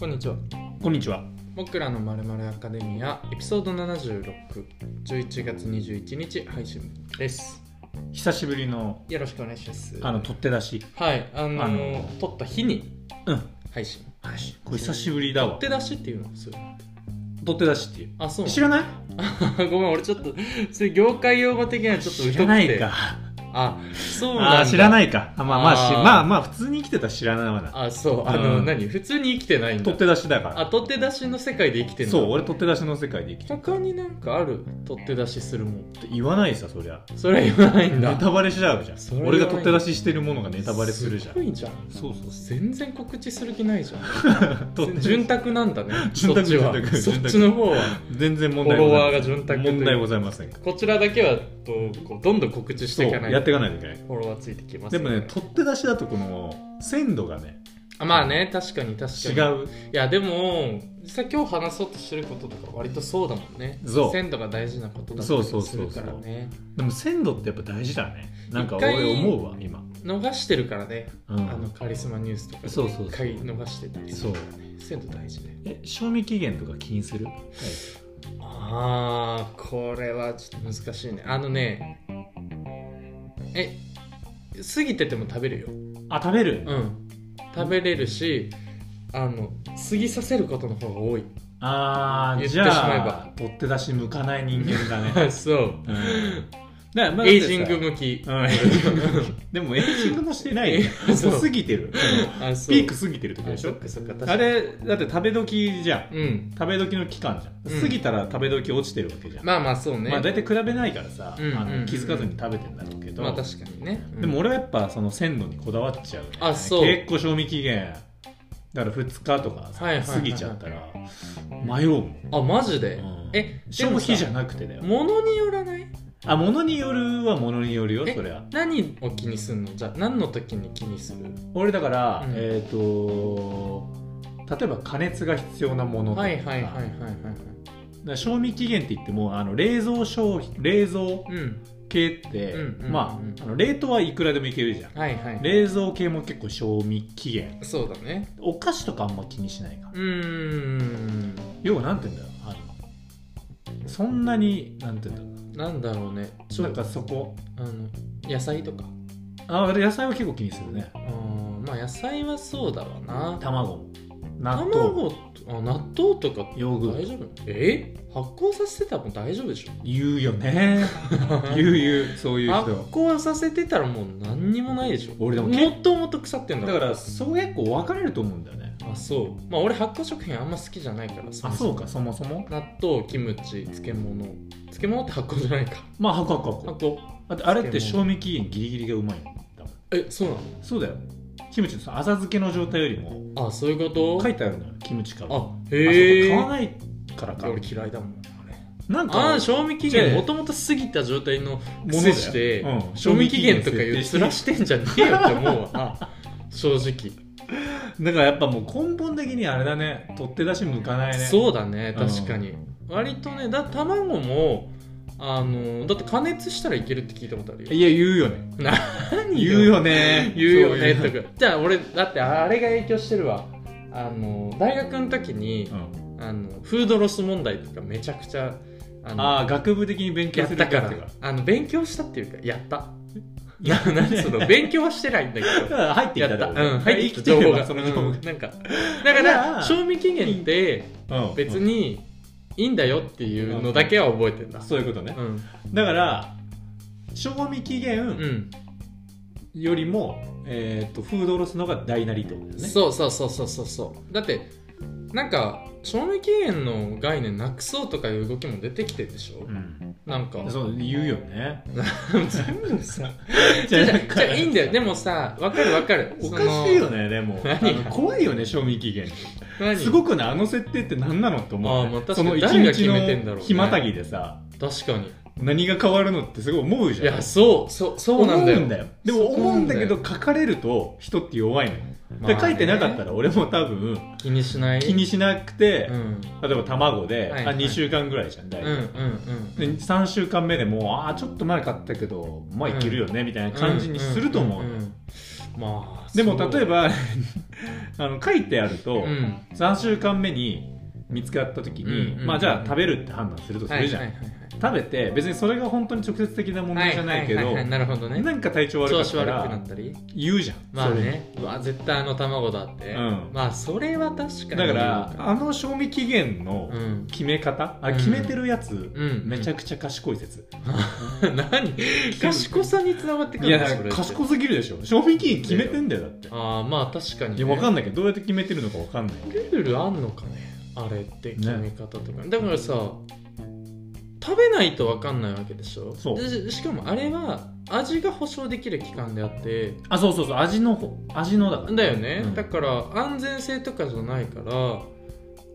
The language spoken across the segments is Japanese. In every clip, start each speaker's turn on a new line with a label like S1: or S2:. S1: こんにちは。
S2: こんにちは。
S1: 僕らのまるまるアカデミアエピソード76、11月21日配信です。
S2: 久しぶりの
S1: よろしくお願いします。
S2: あの取っ手出し。
S1: はい、あの
S2: あの
S1: 撮った日に
S2: うん。
S1: 配信。
S2: はい。これ久しぶりだわ。
S1: 手出しっていうのする。
S2: 取っ手出しってい
S1: あ、そう
S2: う。
S1: な
S2: 知らない？
S1: の。 ごめん、俺ちょっとそういう業界用語的にはちょっと
S2: 知
S1: 疎
S2: ら
S1: く
S2: ない
S1: て。
S2: か。
S1: あ、そうなんだ。。
S2: あー知らないいか。あまあまあし
S1: あー
S2: まあまあ普通に生きてたら知らないわな。
S1: あ、そう。あの、
S2: うん
S1: 何普通に生きてないんだ。
S2: 取っ手出しだか
S1: あ、取っ手出しの世界で生きて
S2: ら。
S1: る
S2: そう、俺取っ手出しの世界で生きてる。
S1: 他になんかある取っ手出しするもん。
S2: 言わないさそりゃ。
S1: それは言わないんだ
S2: ネ。タバレしちゃうじゃ
S1: それ
S2: ん。
S1: は
S2: 俺が取っ手出ししてるものがネタバレするじゃん
S1: すご。いじゃん。
S2: そうそう
S1: 全然告知する気ないじゃん。
S2: 取っ手出し
S1: 潤沢なんだね。
S2: 潤沢
S1: そっちは
S2: 潤沢
S1: そっちの方は。
S2: 全然問
S1: フォ
S2: 題
S1: ロ
S2: ござい
S1: ワー
S2: ませ
S1: が
S2: ん
S1: 潤沢という
S2: 問題ございません。
S1: こちらだけはとこうどんどん告知して
S2: そう
S1: いかない
S2: やっていかないといけない。
S1: フォロワーついてきます
S2: で
S1: よ
S2: もね、取っ手出しだとこの鮮度がね
S1: あまあね確かに確か
S2: 違
S1: に
S2: う。
S1: いやでも実際今日話そうとしてることとか割とそうだもんね
S2: そう
S1: 鮮度が大事なことだったりするからね
S2: でも鮮度ってやっぱ大事だねなんか
S1: 一回
S2: 俺思うわ今、
S1: 逃してるからね、
S2: うん、
S1: あのカリスマニュースとか
S2: そうそうそう
S1: 一回逃してたりす
S2: そ
S1: る
S2: う
S1: からね鮮度大事ね
S2: え賞味期限とか気にする、
S1: ああこれはちょっと難しいねあのねえ過ぎてても食べるよ
S2: あ食べる、
S1: うん食べれるしあの過ぎさせることの方が多い
S2: あ
S1: 言
S2: あ
S1: って
S2: じ
S1: しまえ
S2: ゃ
S1: ば
S2: あ取って出し向かない人間だ ね、
S1: そう
S2: うん、だからまあ
S1: エイジング向き
S2: うんでもエイジングもしてない
S1: そう
S2: 過ぎてる
S1: あそう
S2: ピーク過ぎてるとこでし
S1: あ
S2: ょ
S1: そっかそっか確か
S2: あれだって食べ時じゃん
S1: うん
S2: 食べ時の期間じゃん、
S1: うん
S2: 過ぎたら食べ時落ちてるわけじゃん、
S1: まあまあそうね
S2: まあ大体比べないからさ、
S1: うん
S2: あ
S1: うんうん
S2: の気づかずに食べてんだろうけど、
S1: まあ確かにね、うん
S2: でも俺はやっぱその鮮度にこだわっちゃう、ね、
S1: あそう
S2: 結構賞味期限だから2日とかさ
S1: はいはいはいはい
S2: 過ぎちゃったら迷うもん、
S1: あマジで、
S2: うん
S1: えで
S2: 消
S1: も
S2: 費じゃ
S1: ん
S2: なくてだよ
S1: 物によらない
S2: あ物によるは物によるよ
S1: え
S2: そりゃ
S1: 何を気にすんのじゃあ何の時に気にする
S2: 俺だから、
S1: うん
S2: えっ、と例えば加熱が必要なものとか,、
S1: はいはいはいはいはい
S2: だか
S1: はい
S2: ら賞味期限って言ってもあの冷蔵商品冷蔵
S1: うん
S2: 系って、
S1: うんうんうん
S2: まああの冷凍はいくらでもいけるじゃん
S1: はいはいはい
S2: 冷蔵系も結構賞味期限
S1: そうだね
S2: お菓子とかあんま気にしないから
S1: うーん
S2: 要はなんて言うんだろうあのそんなになんて言うんだろ
S1: なんだろうねち
S2: う
S1: ょ
S2: なんかそこ
S1: あの野菜とか
S2: あ俺野菜は結構気にするね
S1: あーまあ野菜はそうだわな
S2: 卵も納豆
S1: 卵とあ納豆とか
S2: ヨーグ
S1: 大
S2: ルト
S1: 丈夫え発酵させてたらもう大丈夫でしょ
S2: 言うよ ね言う言うそういう
S1: 発
S2: 人
S1: 酵させてたらもう何にもないでしょ
S2: 俺でも
S1: もっともっと腐ってんだ
S2: だからそこ結構分かれると思うんだよね
S1: あそうまあ俺発酵食品あんま好きじゃないから
S2: あそうかそもそも
S1: 納豆キムチ漬物漬物って発酵じゃないか
S2: まあはくはく
S1: 発
S2: はく
S1: 酵
S2: だってあれって賞味期限ギリギリがうまいんだもん
S1: えそう
S2: そうだよキムチのその浅漬けの状態よりも
S1: なのあそういうこと
S2: 書いてあるのよキムチ買う
S1: あ
S2: あそこ
S1: へえ
S2: 買わないからか
S1: 俺嫌いだもんあれ
S2: なん
S1: あ
S2: か
S1: あ賞味期限もともと過ぎた状態の
S2: ものだ
S1: 癖
S2: よ
S1: して、
S2: うん
S1: 賞味期限とか
S2: 賞
S1: 言う
S2: 味期限設定し
S1: つ
S2: て
S1: らしてんじゃねえよって思うわな 正直、
S2: だからやっぱもう根本的にあれだね取って出し向かないね
S1: そうだね
S2: うん
S1: 確かに、割とねだ卵もあのだって加熱したらいけるって聞いたことあるよ
S2: いや言うよね
S1: 何
S2: 言うよね
S1: 言うよね
S2: そ
S1: とかじゃあ俺だってあれが影響してるわあの大学の時に
S2: う、ん
S1: あのフードロス問題とかめちゃくちゃあの
S2: ああ学部的に勉強
S1: やっ
S2: する
S1: たから
S2: っていう
S1: あの勉強したっていうかやった
S2: いや
S1: ななんつうの勉強はしてないんだけど
S2: か入ってき
S1: や
S2: た
S1: っ
S2: ら
S1: たうん入ってきた
S2: 生きて
S1: 情
S2: れ
S1: 報
S2: ば
S1: が
S2: その情報
S1: うんなんかだから賞味期限って
S2: がうん
S1: 別にいいんだよっていうのだけは覚えてんだ
S2: そういうことね
S1: うん
S2: だから賞味期
S1: う
S2: 限
S1: ん
S2: よりもえーとフードロスの方が大なりってことだよね
S1: そうそうそうそうそうそうだってなんか賞味期限の概念なくそうとかいう動きも出てきてるでしょ
S2: うん
S1: なんか
S2: そう言うよね
S1: 全部さじゃ あじゃあじゃあいいんだよでもさわかるわかる
S2: おかしいよ
S1: ね
S2: ねでも
S1: 何
S2: あの怖いよね賞味期限ってすごくねあの設定って何なのって思う、ね
S1: あーまあ確かに
S2: その一
S1: 誰が決
S2: 日
S1: めてんだろう
S2: の
S1: ね
S2: 日またぎでさ
S1: 確かに
S2: 何が変わるのってすごい思うじ
S1: い
S2: ゃん
S1: やそうそうそうなんだよ
S2: 思うんだよでも
S1: そう
S2: 思
S1: な
S2: うん
S1: んだ
S2: だ
S1: よ
S2: けど書かれると人って弱いのよ、
S1: まあ
S2: で
S1: ね
S2: 書いてなかったら俺も多分
S1: 気にしない
S2: 気にしなくて、
S1: うん
S2: 例えば卵で、
S1: はい
S2: あ2週間ぐらいじゃん
S1: う
S2: 大
S1: ん
S2: 体、
S1: うん
S2: で3週間目でもうあーちょっと前買ったけどまあいけるよね、みた
S1: う
S2: い
S1: ん
S2: な感じにすると思う,、
S1: んんまあ
S2: で
S1: そ
S2: も
S1: う
S2: 例えば あの書いてあると、
S1: うん
S2: 3週間目に見つかった時に、
S1: うんうん
S2: まあじゃあ食べるって判断するとするじゃん、
S1: はいはいはいはい
S2: 食べて別にそれが本当に直接的な問題じゃないけ
S1: は
S2: ど、
S1: はははなるほどね
S2: なんか体調悪か
S1: 調
S2: っ
S1: 子
S2: た
S1: 悪く
S2: ら
S1: なったり
S2: 言うじゃん
S1: まあ
S2: それ
S1: ねうわ絶対あの卵だって、
S2: うん
S1: まあそれは確かに
S2: だからあの賞味期限の
S1: うん、
S2: 決め方、
S1: う
S2: あ
S1: ん
S2: 決めてるやつ、
S1: うん、
S2: めちゃ
S1: くち
S2: くちゃ賢い説、
S1: ゃ 何賢さにつながってく
S2: い
S1: る
S2: や
S1: んで
S2: だ
S1: す
S2: か
S1: かられ
S2: 賢すぎるでしょ賞味期限決めてんだよだって
S1: ああまあ確かに、
S2: いやわか
S1: ん
S2: んないけどどうやって決めてるのかわかんない
S1: ルールあんのかねあれって
S2: ね
S1: 決め方とか、だからさ食べないとわかんないわけでしょ
S2: そう
S1: でししかもあれは味が保証できる期間であって
S2: あそうそうそう味のほ味のだから
S1: だよね、
S2: うん
S1: だから安全性とかじゃないから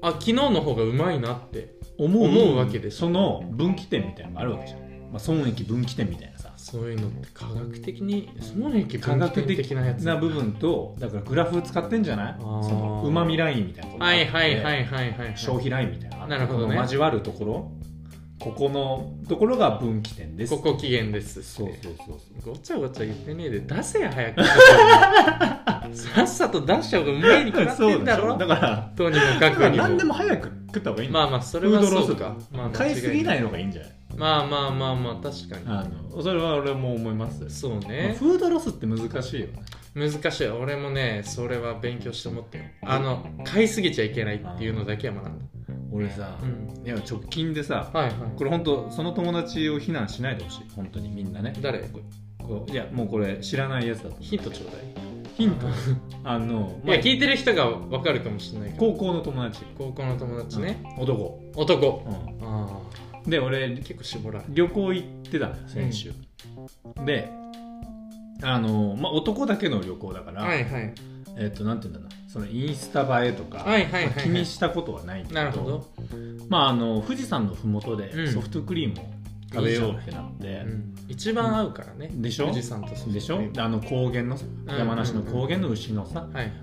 S1: あ昨日の方がうまいなって
S2: 思う
S1: 思うわけでしょ
S2: その分岐点みたいなのがあるわけじゃん、まあ、損益分岐点みたいなさ
S1: そういうのって科学的にその駅
S2: 科
S1: 分
S2: 学
S1: 岐点的
S2: 的
S1: なやつ
S2: な部分とだからグラフ使ってんじゃない
S1: あ
S2: そ
S1: ー
S2: のうまみラインみたいなところがあ
S1: は
S2: って
S1: いはいはいはいはい、はい、
S2: 消費ラインみたいな
S1: なるほどね
S2: この交わるところここのところが分岐点です
S1: ここ期限ですって
S2: そうそうそうそう
S1: ごちゃごちゃ言ってねえで出せや早くさっさと出しちゃうが前に決まってんだろ
S2: そうだから
S1: とにもか
S2: だか
S1: く
S2: ら
S1: にも
S2: 何でも早く食った方がいいんだ
S1: ま
S2: よ、
S1: あまあそれはそう
S2: フード
S1: か
S2: ロス、
S1: まあ、
S2: 買いすぎないいのがいいんじゃない
S1: まあまあまあまあ確かに
S2: あのそれは俺も思います、
S1: そう
S2: まあ
S1: ね
S2: フードロスって難しいよね
S1: 難しい俺もねそれは勉強して思ったよあの買いすぎちゃいけないっていうのだけは学んだ
S2: 俺さ、
S1: うん
S2: いや直近でさ
S1: はいはい
S2: これ本当その友達を非難しないでほしい本当にみんなね
S1: 誰
S2: こういやもうこれ知らないやつだと
S1: ヒントちょうだい
S2: ヒントあの、
S1: い
S2: まあ
S1: や聞いてる人が分かるかもしれないけど
S2: 高校の友達
S1: 高校の友達ね、
S2: 男、
S1: 男
S2: う
S1: あ
S2: ん、で俺
S1: あ結構絞られる
S2: 旅行行ってたのよ先週、であの、まあ、男だけの旅行だから、
S1: はいはい
S2: えっ、となんて言うんだろうなそのインスタ映えとか、
S1: はいはいはいはい
S2: まあ気にしたことはないんだけど
S1: なるほど、
S2: まああの富士山の麓
S1: う
S2: で
S1: ん
S2: ソフトクリームを食べようってなって、
S1: うん、一番合うからね、
S2: でしょ
S1: 富士山とソフトクリ
S2: でしょ
S1: ーム
S2: であの高原のさ
S1: ん
S2: 山梨の高原の牛のさ、
S1: はいはい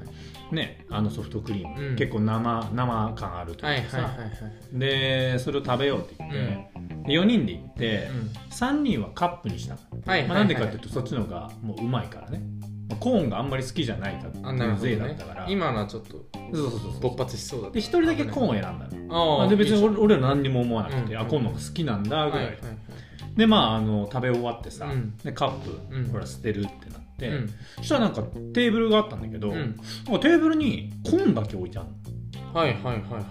S2: ねあのソフトクリーム、
S1: うん
S2: 結構生生感あると
S1: はいいう
S2: かさ、
S1: はいはいはい
S2: でそれを食べようって言って、4人で行って、3人はカップにしたの、
S1: うんはいはいはい
S2: まあ、なんでかっていうとそっちの方がもううまいからね、まあコーンがあんまり好きじゃないだって
S1: あなる
S2: いう
S1: ほど、ね
S2: 税、だったから、
S1: 今のはちょっと
S2: そうそうそうそう
S1: 勃発しそうだった
S2: で1人だけコーンを
S1: ン
S2: 選んだの、
S1: あ
S2: ま
S1: あ
S2: あで別に
S1: いい
S2: 俺俺ら何にも思わなくて、
S1: うん
S2: あコーンの方が好きなんだ
S1: じゃん
S2: ぐらい、
S1: はいはいはい
S2: でまああの食べ終わってさ、
S1: うん
S2: でカップ、
S1: うん
S2: ほら捨てるってなって、
S1: うん
S2: そしたらなんかテーブルがあったんだけど、
S1: う
S2: なんんかテーブルにコーンだけ置いてあるの
S1: はいはいはいはいはいは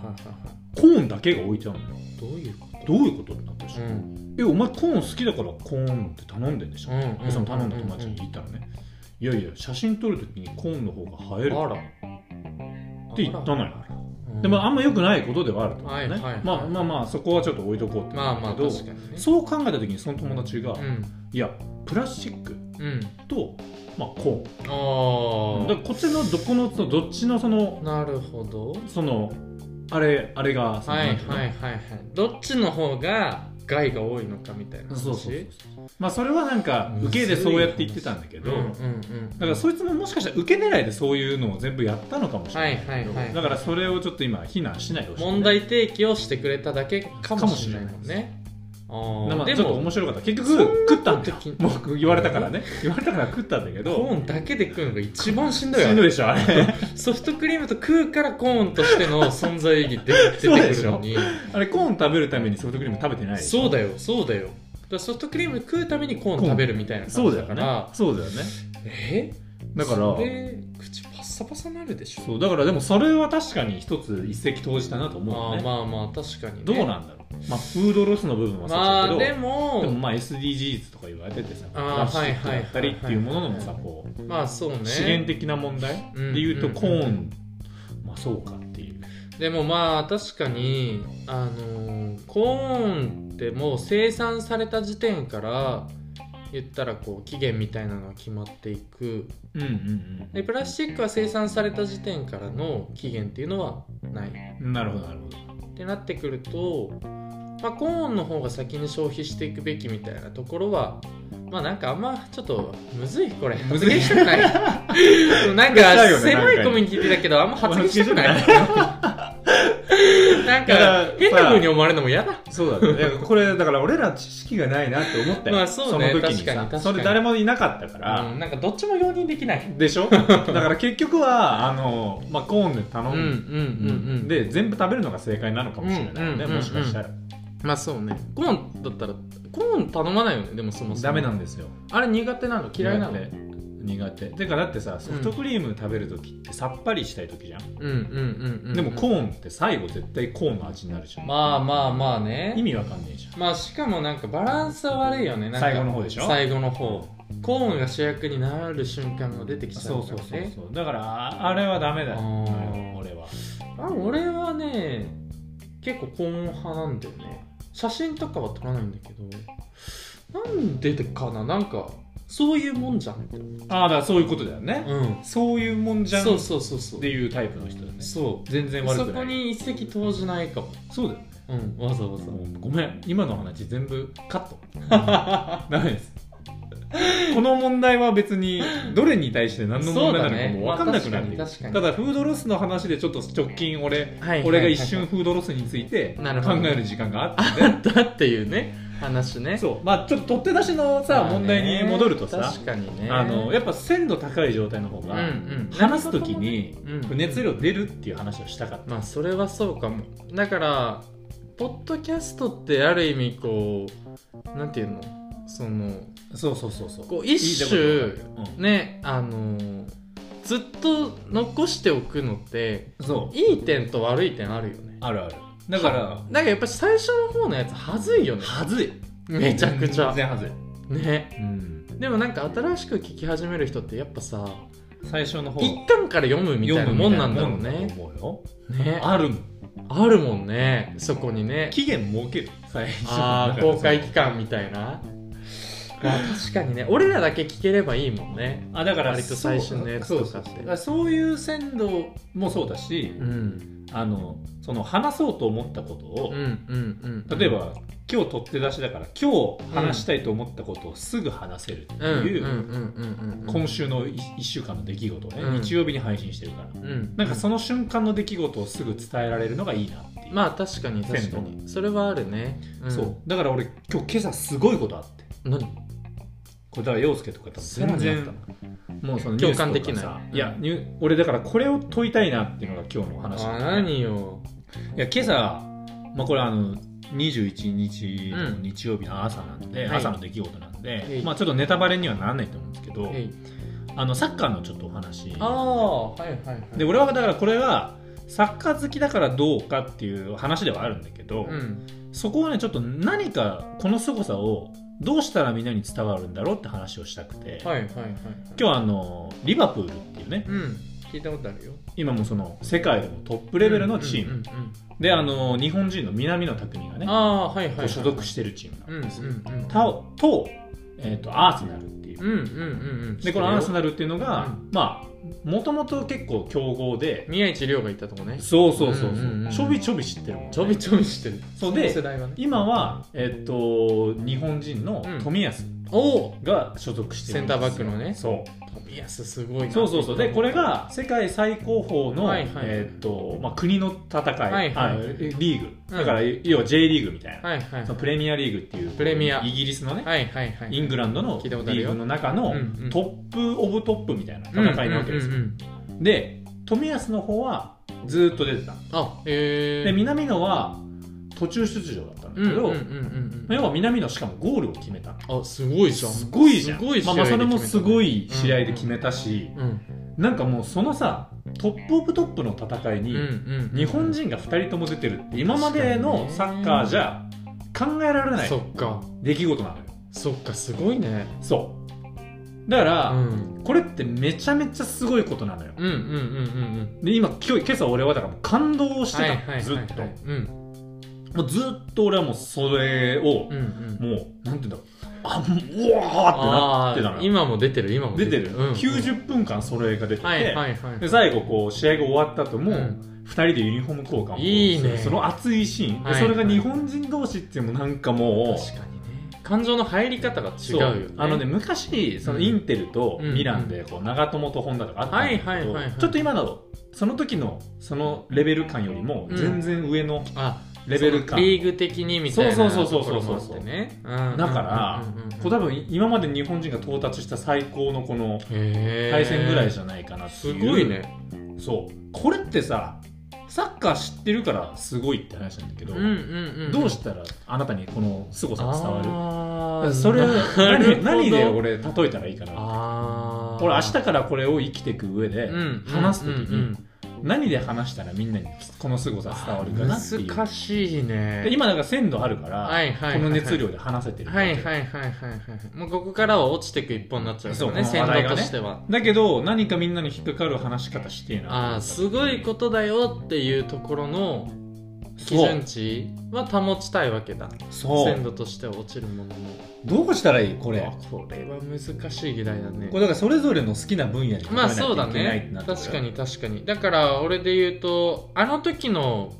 S2: コーンだけが置いてあるのよ
S1: いどういうこ
S2: どういうことってなったでし
S1: と
S2: ょ、
S1: ん
S2: えお前コーン好きだからコーンって頼んでんでしょ、
S1: うん
S2: でその頼んだ友達に言ったらね、いやいや写真撮るときにコーンの方が映える
S1: あら
S2: って言ったのよ
S1: うん
S2: でもあんま良くないことではあると思う
S1: はい
S2: ね、
S1: はいはい
S2: まあまあまあそこはちょっと置いとこうって
S1: まあまあ
S2: けど
S1: 確かにね
S2: そう考えた時にその友達が、
S1: う
S2: い
S1: ん
S2: やプラスチック
S1: うん
S2: と、まあ、コー
S1: あ
S2: ンだからこっちのどこのそのどっちのその
S1: あなるほど
S2: そのあれあれがその
S1: はい
S2: な
S1: はい
S2: んてうの
S1: はいはいどっちの方が害が多いのかみたいな話
S2: そうそうそうまあそれはなんか
S1: むずい
S2: 受けでそうやって言ってたんだけど、
S1: うんうんうん
S2: だからそいつももしかしたら受け狙いでそういうのを全部やったのかもしれ
S1: は
S2: ないい、
S1: はいはい
S2: だからそれをちょっと今非難しないでほしいね、
S1: 問題提起をしてくれただけかもしれないもんねあ
S2: ま
S1: ー
S2: あちょっと面白かった結
S1: そんな
S2: 局食ったんだよ
S1: こと聞い
S2: もう言われたからね言われたから食ったんだけ
S1: コ
S2: ど
S1: ーンだけで食うのが一番しんどい
S2: し
S1: わ
S2: んどいでしょあれ
S1: ソフトクリームと食うからコーンとしての存在意義で出てくるの に
S2: あれコーン食べるためにソフトクリーム食べてないでしょ
S1: そうだよそうだよだからソフトクリーム食うためにコーン食べるみたいな
S2: そ
S1: 感
S2: う
S1: じ
S2: だ
S1: だか
S2: よね
S1: ら
S2: そうだよね
S1: え
S2: だから
S1: それ口パッサパサになるでしょ
S2: そうだからでもそれは確かに一つ一石投じたなと思う
S1: ま
S2: よ
S1: あ
S2: ね、
S1: まあまあ確かにね
S2: どうなんだろうまあフードロスの部分はそう
S1: ま
S2: だけ
S1: あ
S2: ど、
S1: で
S2: でも
S1: も
S2: まあ SDGs とか言われててさプ
S1: あー
S2: ラスチックだったりっていうもののさ
S1: はい
S2: こう
S1: まあそうね
S2: 資源的な問題でいうと
S1: うん
S2: コーンまあそうかっていう
S1: でもまあ確かにあのーコーンってもう生産された時点から言ったらこう期限みたいなのが決まっていく
S2: うんうん
S1: でプラスチックは生産された時点からの期限っていうのはない
S2: うんなるほどなるほど
S1: ってなってくるとまあ、コーンの方が先に消費していくべきみたいなところはまあなんかあんまちょっとむずいこれ
S2: むず
S1: 発言
S2: い
S1: したくないなん
S2: しちゃうよ
S1: か
S2: ね
S1: 狭いコミュニティだけどあんま発言したくない なんか変な風に思われるのも嫌だ
S2: そうだねいやこれだから俺ら知識がないなって思ったよ、
S1: まあそうね
S2: の時に
S1: 確かに確か
S2: さ
S1: に
S2: それ誰もいなかったから、
S1: うんなんかどっちも容認できない
S2: でし ょだから結局はあの、まあ、コーンで頼
S1: うんうん
S2: む、
S1: うんうん
S2: で全部食べるのが正解なのかもしれないよ
S1: う
S2: ね、
S1: んうんうんうん
S2: もしかしたら、
S1: まあそうねコーンだったらコーン頼まないよねでもそもそも
S2: ダメなんですよ
S1: あれ苦手なの嫌いなの
S2: 苦手苦手てかだってさソフトクリーム食べる時ってさっぱりしたい時じゃん、
S1: うんうんうんうん
S2: でもコ
S1: ン
S2: ーンって最後絶対コーンの味になるじゃん、
S1: まあまあまあね
S2: 意味わかんねえじゃん
S1: まあしかもなんかバランスは悪いよねなんか
S2: 最後の方でしょ
S1: 最後の方コーンが主役になる瞬間が出てきちゃ
S2: そうう
S1: か
S2: そ
S1: ら
S2: う
S1: ね
S2: そうそうだからああれはダメだよ
S1: あー
S2: あれは俺は
S1: あ俺はね結構コーン派なんだよね写真とかは撮らないんだけどなんでかななんかそういうもんじゃんって思う
S2: ああだからそういうことだよね、
S1: うん
S2: そういうもんじゃん
S1: そう
S2: っ
S1: そうそうそう
S2: ていうタイプの人だね
S1: そう
S2: 全然悪
S1: そ
S2: く
S1: こ
S2: ない
S1: に一石投じないかも
S2: そうだよね
S1: うんわざわざ
S2: もうごめん今の話全部カット ダメですこの問題は別にどれに対して何の問題なのかもう分かんなくなって
S1: そうだねまあ確かに
S2: るただフードロスの話でちょっと直近俺
S1: はい
S2: 俺が一瞬フードロスについて
S1: なるほ
S2: 考
S1: ど
S2: える時間があっ
S1: だったっていうね話
S2: て
S1: ね
S2: そうまあちょっと取って出しの
S1: まあ
S2: さ
S1: ね
S2: 問題に戻るとさ
S1: 確かにね
S2: あのやっぱ鮮度高い状態の方
S1: うん
S2: が
S1: うん
S2: 話す時に
S1: うん
S2: 熱量出るっていう話をしたかった
S1: まあそれはそうかもだからポッドキャストってある意味こうなんていうのその
S2: そうそうそうそう
S1: こう一
S2: 言いたい
S1: 種
S2: ことわかるよ
S1: ねあのずっと残しておくのって
S2: うんそう
S1: いい点と悪い点あるよね
S2: あるあるだから
S1: だからやっぱ最初の方のやつはずいよね
S2: はずい
S1: めちゃくちゃ
S2: 全然はずい、
S1: ね
S2: うん、
S1: でもなんか新しく聞き始める人ってやっぱさ
S2: 最初の方
S1: 一巻から読むみたいなもんなんだろうね
S2: 思うよ
S1: ね
S2: あるもん
S1: あるもんねそこにね
S2: 期限設ける最初
S1: あー公開期間みたいなまあ確かにね俺らだけ聞ければいいもんね
S2: あだから
S1: 割と最新のやつとかって
S2: そうそうそうだらそういう鮮度もそうだし、
S1: うん
S2: あのその話そうと思ったこと
S1: う
S2: を
S1: ん、うんうん
S2: 例えば今日取って出しだから今日話したいと思ったことをすぐ話せるって
S1: うんうん
S2: いう、
S1: うんうんうん
S2: 今週の1週間の出来事をね、
S1: うん
S2: 日曜日に配信してるから
S1: うん
S2: なんかその瞬間の出来事をすぐ伝えられるのがいいなっていう、
S1: まあ確かに確か
S2: 鮮
S1: にそれはあるね、ん
S2: そうだから俺今日今朝すごいことあって
S1: 何
S2: これだから陽介とか多
S1: さら
S2: 分全
S1: にあった
S2: 然
S1: の
S2: もうその
S1: 共感できない
S2: ニュースとかさいやニュ俺だからこれを問いたいなっていうのが今日の話
S1: あ
S2: だ、い
S1: 何よ
S2: や今朝、まあ、これあの21日の日曜日の朝なんで、
S1: はい
S2: 朝の出来事なんで、
S1: えい
S2: まあ、ちょっとネタバレにはならないと思うんですけど、
S1: えい
S2: あのサッカーのちょっとお話
S1: ああはいはいはい
S2: で俺はだからこれはサッカー好きだからどうかっていう話ではあるんだけど、
S1: うん
S2: そこをねちょっと何かこの凄さをどうしたらみんなに伝わるんだろうって話をしたくて、
S1: はいはいはいはい
S2: 今日あのリバプールっていうね
S1: うん聞いたことあるよ
S2: 今もその世界でもトップレベルのチーム、
S1: うんうんうんうん
S2: であの日本人の南野拓実がね
S1: ああはいはい、
S2: こ
S1: は
S2: う
S1: い、
S2: 所属してるチー
S1: うん
S2: ムなん
S1: う
S2: で
S1: ん
S2: す、
S1: うん
S2: たと,、えー、とアーセナルっていう、
S1: うんうんうんうん
S2: でこのアーセ
S1: ナ
S2: ナルっていうのが、
S1: うん
S2: まあもともと結構強豪で、
S1: 宮市亮がいたとこね
S2: そうそうそうそう,、
S1: うんうんうん
S2: ちょびちょび知ってるもんね、
S1: ちょびちょびしてる
S2: そうで
S1: の世代はね
S2: 今は、えっと日本人の
S1: うん
S2: 冨安
S1: おお
S2: が所属してるんです
S1: セ
S2: よ
S1: ンターバックのね
S2: そう
S1: 富安すごいな
S2: そうそうそうでこれが世界最高峰の、
S1: はいはい
S2: えーっとまあ、国の戦い、
S1: はいはい
S2: あリーグ
S1: うん
S2: だから、要は J リーグみたいな、
S1: はいはい
S2: そのプレミアリーグっていう
S1: プレミア
S2: イギリスのね、
S1: はいはいはい
S2: イングランドの
S1: 聞
S2: リ
S1: いたことあるよ
S2: ーグの中の
S1: うんうん
S2: トップ・オブ・トップみたいな戦いなわけです
S1: うん
S2: よ、
S1: うんうん
S2: で冨安の方はずーっと出てた
S1: あえ
S2: で
S1: ー、
S2: 南野は途中出場だったんだ
S1: うんう
S2: け
S1: ん
S2: ど、
S1: うんうん
S2: 要は南野しかもゴールを決めた
S1: うんあすごいじゃん
S2: すごいじゃん
S1: すごい試
S2: ま
S1: 合
S2: あ、
S1: で
S2: まあ
S1: 決めた
S2: それ
S1: ね
S2: もすごい試合で決めたし、
S1: うん
S2: なんかもうそのさトップ・オブ・トップの戦い
S1: うん
S2: に、
S1: うん
S2: 日本人が2人とも出てるって今までのサッカーじゃ考えられない
S1: そっか
S2: 出来事なのよ
S1: そっかすごいね
S2: そうだか
S1: う
S2: ら、
S1: ん
S2: これってめちゃめちゃすごいことなのよ
S1: うんうんうんうんうん
S2: で今今日今朝俺はだからもう感動してたの、
S1: はいはいはいはい
S2: ずっと
S1: うん
S2: もうずっと俺はもうそれを
S1: うんう、ん
S2: もうなんて言うんだろうあもううわーってなってた
S1: あー
S2: のよ
S1: 今も出てる今も
S2: 出てる、
S1: うんうん
S2: 90分間それが出てて、
S1: はいはいはい
S2: で最後こう試合が終わった後も、
S1: うん
S2: 2人でユニフォーム交換を
S1: いいね
S2: その熱いシーン、
S1: はい
S2: でそれが日本人同士っていうのもなんかもう
S1: 確かにね感情の入り方が違うよね
S2: そうあのね昔そのインテルと
S1: うん
S2: ミランでこう長友と本田とかあったんだ
S1: はいはいはいは
S2: け
S1: い
S2: どちょっと今のその時のそのレベル感よりも全然上の
S1: あ
S2: レベル感、
S1: リーグ的にみたいな
S2: そうそうそ
S1: と
S2: う
S1: こ
S2: そ
S1: ろ
S2: う
S1: も
S2: そ
S1: あって
S2: うそう
S1: ねだ
S2: だからこう多分今まで日本人が到達した最高のこの対
S1: 対
S2: 戦ぐらい
S1: ゃ
S2: じゃないかなってい
S1: す
S2: う
S1: ごいね
S2: そうこれってさサッカー知ってるからすごいって話なんだけど、
S1: うんうんうん
S2: どうしたらあなたにこの凄さ伝わ
S1: あー
S2: るそれ
S1: なるほど
S2: 何何で俺例えたらいいかな
S1: あー
S2: 俺明日からこれを生きていく上で
S1: うん
S2: 話す時に、
S1: うん
S2: 何で話したらみんなにこの凄さ伝わるかなっていう
S1: 難しいね
S2: で今だから鮮度あるから、
S1: はいはいはいはい
S2: この熱量で話せてるわ
S1: は
S2: け
S1: いはいはいはいはいもうここからは落ちていく一本になっちゃうからね
S2: そう
S1: 戦
S2: この話題
S1: 略
S2: が
S1: と
S2: ね
S1: しては
S2: だけど何かみんなに引っかかる話し方してえな
S1: ああすごいことだよっていうところの基
S2: そう
S1: 準値は保ちたいわけだ
S2: そう
S1: 鮮度としては落ちるものの
S2: どうしたらいいこ
S1: こ
S2: れ
S1: これは難しい議題だね
S2: これだからそれぞれの好きな分野に
S1: まあそうだ
S2: いけないって
S1: ね
S2: なってくる
S1: 確かに確かにだから俺で言うとあの時の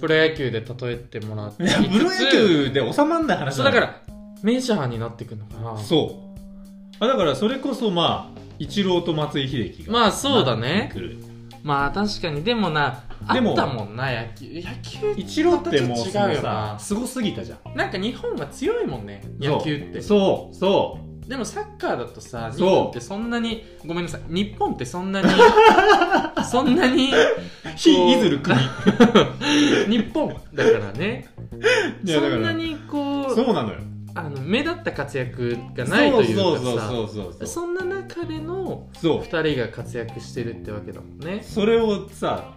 S1: プロ野球で例えてもらって
S2: いやプロ野球で収まんない話
S1: そうだからメジャーになってくのかな
S2: そうあだからそれこそまあイチローと松井秀喜が
S1: まあそうだ
S2: なって
S1: ね
S2: くる
S1: まあ確かにでもなあ
S2: でも
S1: ったもんな野球野球
S2: イチローっても
S1: ま
S2: う
S1: たちょっと
S2: その
S1: 違うよ
S2: さ
S1: な
S2: すごすぎたじゃん
S1: なんか日本が強いもんね野球って
S2: そうそ
S1: でもサッカーだとさ
S2: そう
S1: 日本ってそんなにごめんなさい日本ってそんな にそんなに
S2: う非いずる国い
S1: 日本だからね
S2: や
S1: そ
S2: だ
S1: ん
S2: か
S1: な
S2: ら
S1: にこう
S2: そうなのよ
S1: あの目立った活躍がないというかさ
S2: そうそうそうそうそう
S1: そんな中での
S2: そう
S1: 2人が活躍してるってわけだもんね
S2: それをさ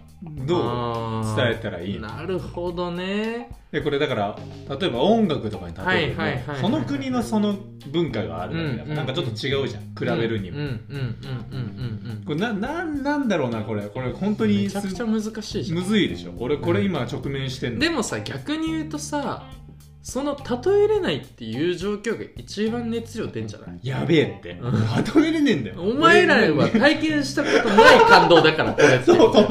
S2: どう
S1: あー
S2: 伝えたらいいの
S1: なるほどね
S2: でこれだから例えば音楽とかに例えても、
S1: はいはいはいはい
S2: その国のその文化があるわけだから、
S1: うんうん
S2: なんかちょっと違うじゃん比べるにも、
S1: うんうんうんうんうんうん
S2: これななんなんだろうなこれこれ本当に
S1: めちゃくちゃ難しいじゃ
S2: む
S1: ん
S2: ずいでしょ俺これ今直面してんの、
S1: でもさ逆に言うとさその例えれないっていう状況が一番熱量出んじゃない
S2: やべえって
S1: う
S2: まめれねえんだ よ
S1: お前ら
S2: 俺
S1: は体験したことない感動だからこれって
S2: そうそう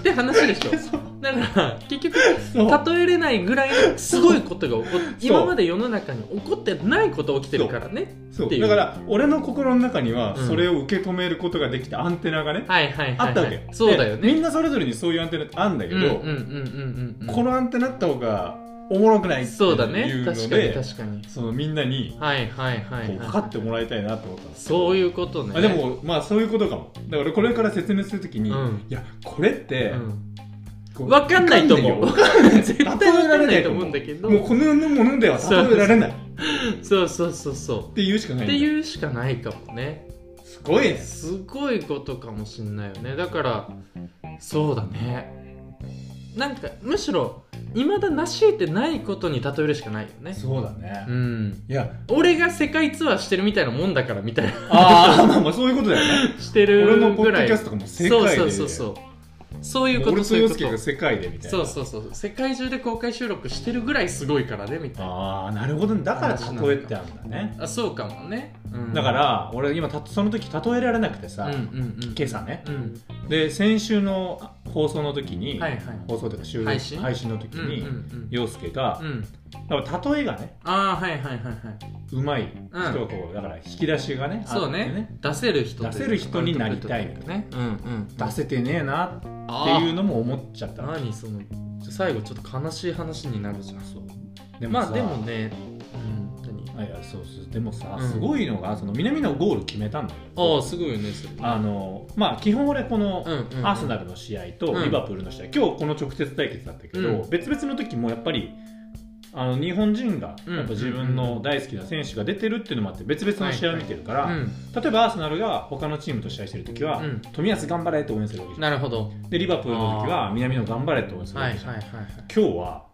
S1: って話でしょだから結局
S2: そう
S1: 例えれないぐらいのすごいことが起こっ
S2: そう
S1: 今まで世の中に起こってないこと起きてるからね
S2: そう
S1: っていう
S2: だから俺の心の中には
S1: うん
S2: それを受け止めることができたアンテナがね、
S1: はいはいはい、はい、
S2: あったわけ
S1: そうだよ
S2: で
S1: ね
S2: みんなそれぞれにそういうアンテナってあるんだけ
S1: うんう
S2: ど、
S1: んうんうんうん
S2: このアンテナあった方がおもろくないっていう
S1: そうだ
S2: い
S1: ね
S2: うの
S1: 確かに
S2: で
S1: 確かに
S2: そのみんなに
S1: はいはいはい、
S2: こう分かってもらいたいなと思ったんですけど
S1: そういうことね
S2: あでもまあそういうことかもだからこれから説明するときに、
S1: うん
S2: いやこれって、
S1: うん
S2: こう
S1: わかんないと思う
S2: わかんない よ
S1: 絶対わかんないと思うんだけど
S2: もうこの世のものでは例えられないっ
S1: そうそうそうそ
S2: ていうしかな
S1: うっ
S2: いんだ
S1: ていうしかないかもね
S2: すごいね
S1: すごいことかもしんないよねだからそうだねなんかむしろ未だ成し得てないことに例えるしかないよね
S2: そうだね
S1: うん
S2: いや
S1: 俺が世界ツアーしてるみたいなもんだからみたいな
S2: ああまあまあそういうことだよね
S1: してるぐら
S2: 俺
S1: い
S2: のポッドキャストとかも世界で
S1: そうそうそうそうそういうこ
S2: もう
S1: と
S2: 俺
S1: そ
S2: と
S1: うい
S2: 洋
S1: うこ
S2: 介
S1: と
S2: が世界でみたいな
S1: そうそうそう世界中で公開収録してるぐらいすごいからねみたいな
S2: ああなるほどねだから例えってあるんだね
S1: あそうかもね、うん
S2: だから俺今たその時例えられなくてさ、
S1: うんうんうん
S2: 今朝ね
S1: うん
S2: で先週の放送の時に、
S1: はいはい
S2: 放送というか収録
S1: 配信
S2: 配信の時
S1: うんうん
S2: に、
S1: うん
S2: 洋介が
S1: う、ん
S2: だから例えがね
S1: ああはいはいはいはいう
S2: まい人はこう、だから引き出しがね
S1: そう
S2: あって
S1: ね出せる人というか
S2: 出せる人になりたいみたいな
S1: ねうんうん
S2: 出せてねえなって
S1: あ
S2: いう
S1: う
S2: のも思っちゃったの
S1: 何その最後ちょっと悲しい話になるじゃんそう
S2: でも
S1: ま
S2: さ
S1: あでもねうん何
S2: あいやそうそうでもさ、
S1: うん
S2: すごいのがその南のゴール決めたんだけ
S1: ああ
S2: ど
S1: すごいよねそれ
S2: あのまあ基本俺この
S1: うんうんうん
S2: アーセナルの試合と
S1: うん
S2: リバプールの試合、今日この直接対決だったけど、
S1: うん
S2: 別々の時もやっぱりあの日本人がやっぱ自分の大好きな選手が出てるっていうのもあって別々の試合を見てるから、
S1: うん
S2: 例えばアーセナルが他のチームと試合してる時は、
S1: うん
S2: 冨安頑張れって応援するわけじゃ
S1: なるほど
S2: んでリバプールの時は南野頑張れって応援するわ
S1: はいは
S2: け
S1: い
S2: じゃん、
S1: はいはい
S2: 今日は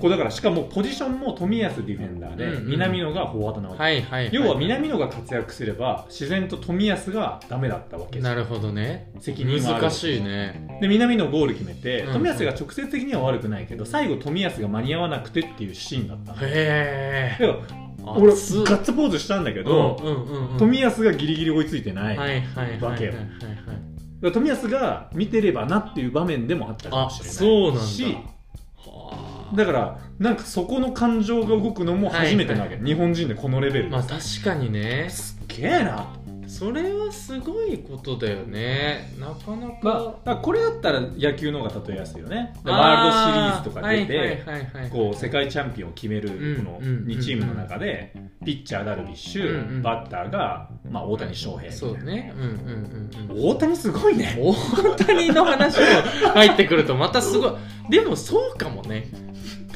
S2: こうだからしかもポジションも冨安ディフェンダーで、
S1: うんうん
S2: 南野がフォワードなわけ、
S1: はいはいい
S2: 要は南野が活躍すれば自然と冨安がダメだったわけです
S1: なるほどね
S2: 責任はある
S1: 難しいね
S2: で南野ゴール決めて、
S1: うん
S2: 冨安が直接的には悪くないけど最後冨安が間に合わなくてっていうシーンだったのだ
S1: へ
S2: か
S1: え
S2: ら俺ガ
S1: 熱っ
S2: ッツポーズしたんだけど、
S1: うんうんうんうん
S2: 冨安がギリギリ追いついてない、
S1: はいはいはいはいはいはいはい
S2: ら冨安が見てればなっていう場面でもあったかもしれない
S1: あそうなんだ
S2: し
S1: は
S2: だからなんかそこの感情が動くのも初めてなわけ、
S1: はい
S2: 日本人でこのレベル、
S1: まあ確かにね
S2: すっげえな
S1: それはすごいことだよねなかなか、
S2: まあ、だからこれだったら野球の方が例えやすいよね
S1: あー
S2: ワールドシリーズとか出て、
S1: はいはいはいはい
S2: こう世界チャンピオンを決めるこの
S1: うんうん
S2: 2チームの中でピッチャーダルビッシュ、
S1: うんうん
S2: バッターが、まあ、大谷翔平
S1: そうねうんうんうんうん
S2: 大谷すごいね
S1: 大谷の話も入ってくるとまたすごいでもそうかもね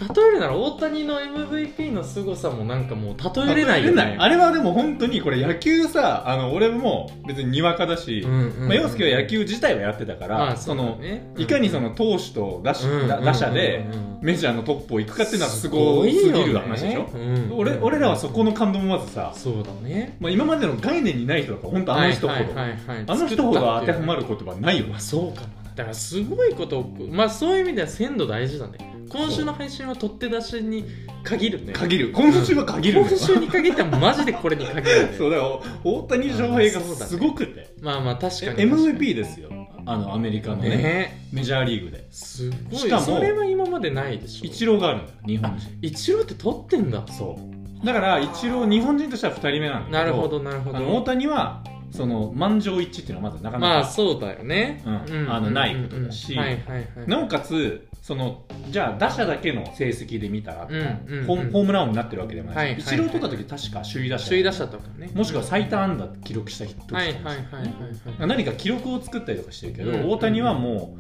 S1: 例えるなら大谷の MVP の凄さもなんかもう例えれないよね
S2: あれはでも本当にこれ野球さあの俺も別ににわかだし、
S1: うんうんうん
S2: まあ、洋介は野球自体はやってたから、
S1: まあ
S2: そ
S1: そうだ
S2: の
S1: ね
S2: いかにその投手と打,、
S1: うんうんうんうん
S2: 打者で
S1: うん
S2: メジャーのトップを行くかっていうのはすごいすぎる話でしょ、
S1: すごいよねうん
S2: 俺俺らはそこの感動もまずさ、
S1: そうだね
S2: まあ、今までの概念にない人だから本当あの人ほど、
S1: はいはいはいはい
S2: あの人ほど当てはまる言葉ないよ
S1: まあそうかもなだからすごいことまあそういう意味では鮮度大事だね今週の配信は取って出しに限るね
S2: 限る今週は限るんだ
S1: 今
S2: よ
S1: 週に限ってはマジでこれに限る、ね、
S2: そうだよ大谷翔平がすごくて、
S1: まあまあ確かに
S2: MVP ですよあのアメリカのね
S1: ねね
S2: メジャーリーグです
S1: ごい
S2: しかも
S1: それは今までないでしょ
S2: イチローがあるんだよ日本人
S1: 一郎って取ってんだ
S2: そうだからイチロー日本人としては2人目なん
S1: な
S2: だけ
S1: る
S2: ど
S1: ほどなるほ
S2: あの大
S1: ど
S2: 谷はその満場一致っていうのはまずなかなか、
S1: まあそうだよね、
S2: うんあのないことだし
S1: うんはいはいはい
S2: なおかつそのじゃあ打者だけの成績で見たら、
S1: うんうんうん
S2: ホームホームラン王になってるわけでもないし、
S1: はい
S2: イチ
S1: はい
S2: ロー取った時確か首位打者
S1: 首位打者とかね
S2: もしくは最多安打記録した時とかも
S1: は
S2: し
S1: い
S2: れ
S1: はい
S2: な
S1: はいい
S2: し
S1: はいはい
S2: 何か記録を作ったりとかしてるけど、
S1: うんうん
S2: 大谷はも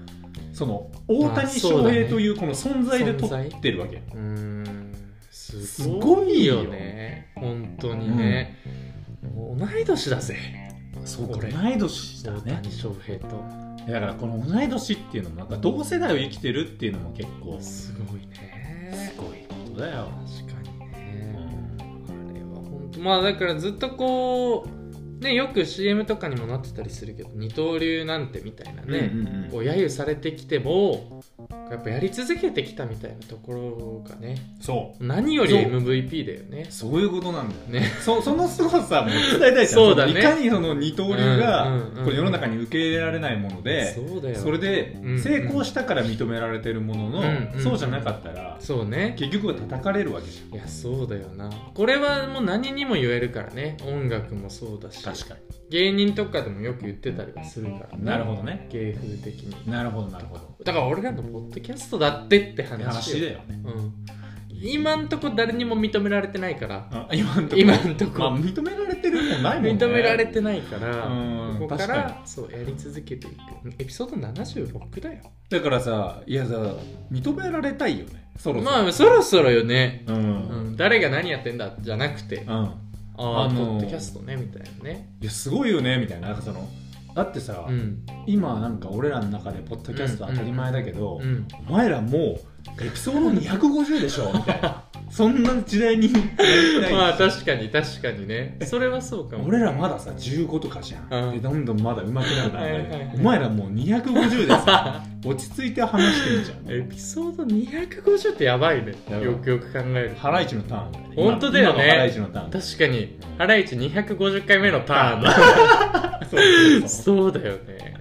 S2: うその大谷翔平というこの存在で取ってるわけ、
S1: うーんす
S2: す
S1: ご
S2: ご
S1: い
S2: い
S1: よ
S2: よ
S1: ね本当にね、同い年だぜ
S2: そう
S1: これ
S2: 同い年だ
S1: 大
S2: ね
S1: 谷翔平と
S2: だからこの同い年っていうのもなんか同世代を生きてるっていうのも結構す
S1: すごいね
S2: ごいことだよ、
S1: 確かに
S2: う
S1: ね、
S2: ん
S1: あれは本当まあだからずっとこうねよく CM とかにもなってたりするけど二刀流なんてみたいなね、
S2: うんうんうん
S1: こう揶揄されてきてもやっぱやり続けてきたみたいなところがね
S2: そ
S1: 何より
S2: そう
S1: MVP だよね
S2: うそういうことなんだよね
S1: ね
S2: そ その凄さも伝えたいじゃん
S1: そうだね
S2: いかにその二刀流が
S1: うんうんうん
S2: これ世の中に受け入れられないもので、
S1: そうだよ
S2: それで
S1: うん
S2: 成功したから認められてるものの、
S1: うんうん
S2: そうじゃなかったら
S1: そうね
S2: 結局は叩かれるわけじ
S1: いやそうだよなこれはもう何にも言えるからね音楽もそうだし
S2: ゃんか
S1: 芸人とかでもよく言ってたりはするからね
S2: なるほどね
S1: 芸風的に
S2: なるほどなるほど
S1: だから俺らのポッドキャストだってって話よ
S2: 話だよね
S1: うん、今んとこ誰にも認められてないから
S2: あ今んとこ
S1: 今んとこ
S2: まあ認められてるもんないもんね
S1: 認められてないから、
S2: うん
S1: ここか
S2: 確から
S1: そうやり続けていくエピソード76だよ
S2: だからさいやさ認められたいよねそろそろ
S1: まあそろそろよね、
S2: うん、う
S1: うんん、誰が何やってんだじゃなくてああ
S2: あ
S1: ポ
S2: のー
S1: ッドキャストねみたいなね
S2: いやすごいよねみたいななんかそのだってさ、
S1: うん
S2: 今なんか俺らの中でポッドキャスト当たり前だけど、
S1: うん
S2: お前らもうエピソード250でしょみたい なそんな時代になりたい
S1: まあ確かに確かにねそれはそうかも
S2: 俺らまださ15とかじゃん、
S1: うん
S2: でどんどんまだ上手くなるから、
S1: はいはいはい
S2: お前らもう250でさ落ち着いて話してんじゃん
S1: エピソード250ってやばいね
S2: やばい
S1: よくよく考える
S2: ハライチのターンだよね
S1: 本当だよね
S2: 今のハライチのターン
S1: 確かに
S2: うん
S1: ハライチ250回目のターンだ
S2: そうそうそう
S1: そうだよね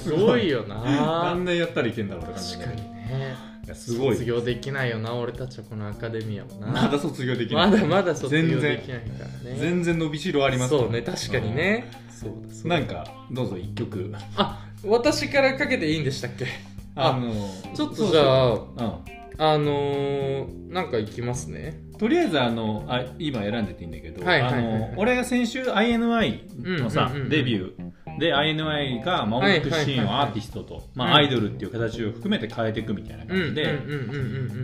S1: すごいよ
S2: あ
S1: な
S2: んなやったらいけんだろうって感じ
S1: 確かにね
S2: いやすごい
S1: 卒業できないよな俺たちはこのアカデミアもな
S2: まだ卒業できない
S1: まだまだ卒業
S2: 全然
S1: できないからね
S2: 全然伸びしろあります
S1: そうね確かにねそうだそうだ
S2: なんかどうぞ一曲
S1: あ私からかけていいんでしたっけあ
S2: の
S1: ちょっ
S2: そ
S1: と
S2: う
S1: じゃあ
S2: そう
S1: あのー、なんかいきますね
S2: うんとりあえずあのあ今選んでていいんだけど
S1: はいはい
S2: あ
S1: はいはい
S2: の俺が先週 INI のさ
S1: うんうんうんうん
S2: デビューで INI がまあ音楽シーンをアーティストとまあア
S1: はい
S2: イドルっていう形を含めて変えていくみたいな
S1: うん
S2: 感じで
S1: うんうんうんうんう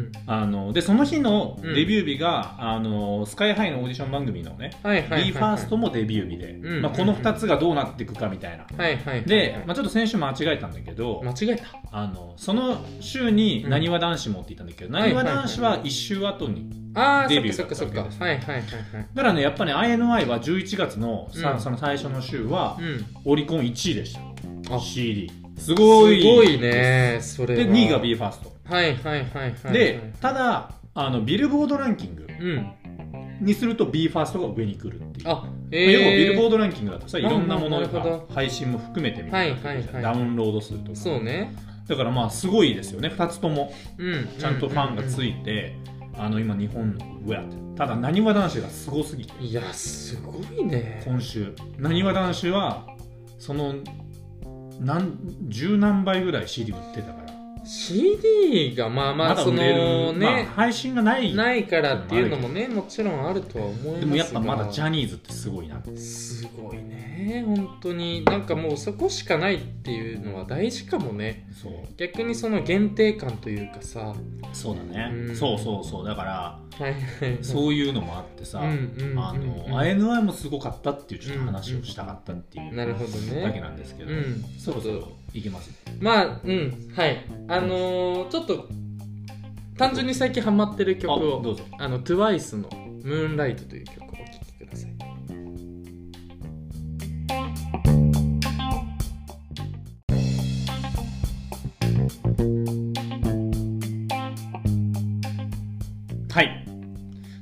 S1: ん
S2: あのでその日の
S1: うん
S2: デビュー日があのスカイハイのオーディション番組のね
S1: はいはいはい、はい、
S2: BE:FIRST もデビュー日で
S1: うん
S2: まあこの2つがどうなっていくかみたいな
S1: はいはいはいはい
S2: で、まあ、ちょっと先週間違えたんだけど、
S1: 間違えた
S2: あのその週になにわ男子もって言ったんだけど
S1: ん
S2: なにわ男子は1週後に
S1: ああ
S2: デビュー
S1: そっかそっかそっかはいはいはいはい
S2: だからねやっぱね INI は11月のさ、
S1: うん
S2: その最初の週は
S1: うん
S2: オリコン1位でした
S1: あ
S2: CD す
S1: す
S2: ごい
S1: ねそれは
S2: で2位が BE:FIRST
S1: はいはいはいはいはい
S2: でただあのビルボードランキング
S1: うん
S2: にすると BE:FIRST が上に来るっていう。
S1: あ
S2: ま
S1: え
S2: あ要はビルボ
S1: ー
S2: ードランキングだとさいろんなもの
S1: うんうんなるほ
S2: が配信も含めてみたいな
S1: はいはいはい
S2: ダウンロード数とか
S1: そうね
S2: だからまあすごいですよね2つとも
S1: うん
S2: ちゃんとファンがつ
S1: い
S2: いて、あの今日本の上やってただなにわ男子がすごすぎて
S1: いやすごいね
S2: 今週なにわ男子はその何十何倍ぐらい CD 売ってたから
S1: CD がまあまあ
S2: だ
S1: そ
S2: 売れ
S1: の
S2: る、まあ、
S1: ね
S2: 配信がない
S1: ないからっていうのもねもちろんあるとは思いますが
S2: でもやっぱまだジャニーズってすごいなって
S1: すごいね本当になんかもうそこしかないっていうのは大事かもね
S2: そう
S1: 逆にその限定感というかさは
S2: そうだね、
S1: うん
S2: そうそうそうだから
S1: いはい
S2: そうういうのもあってさ、
S1: んうんうんうん
S2: あの INI もすごかったっていうちょっと話をしたかったっていう
S1: なるほどね
S2: だけなんですけど、
S1: うん
S2: そろそろいきます
S1: まあうんはいあのーちょっと単純に最近ハマってる曲
S2: あど
S1: を
S2: うぞ
S1: あの TWICE の「ムーンライト」という曲をお聴きください
S2: はい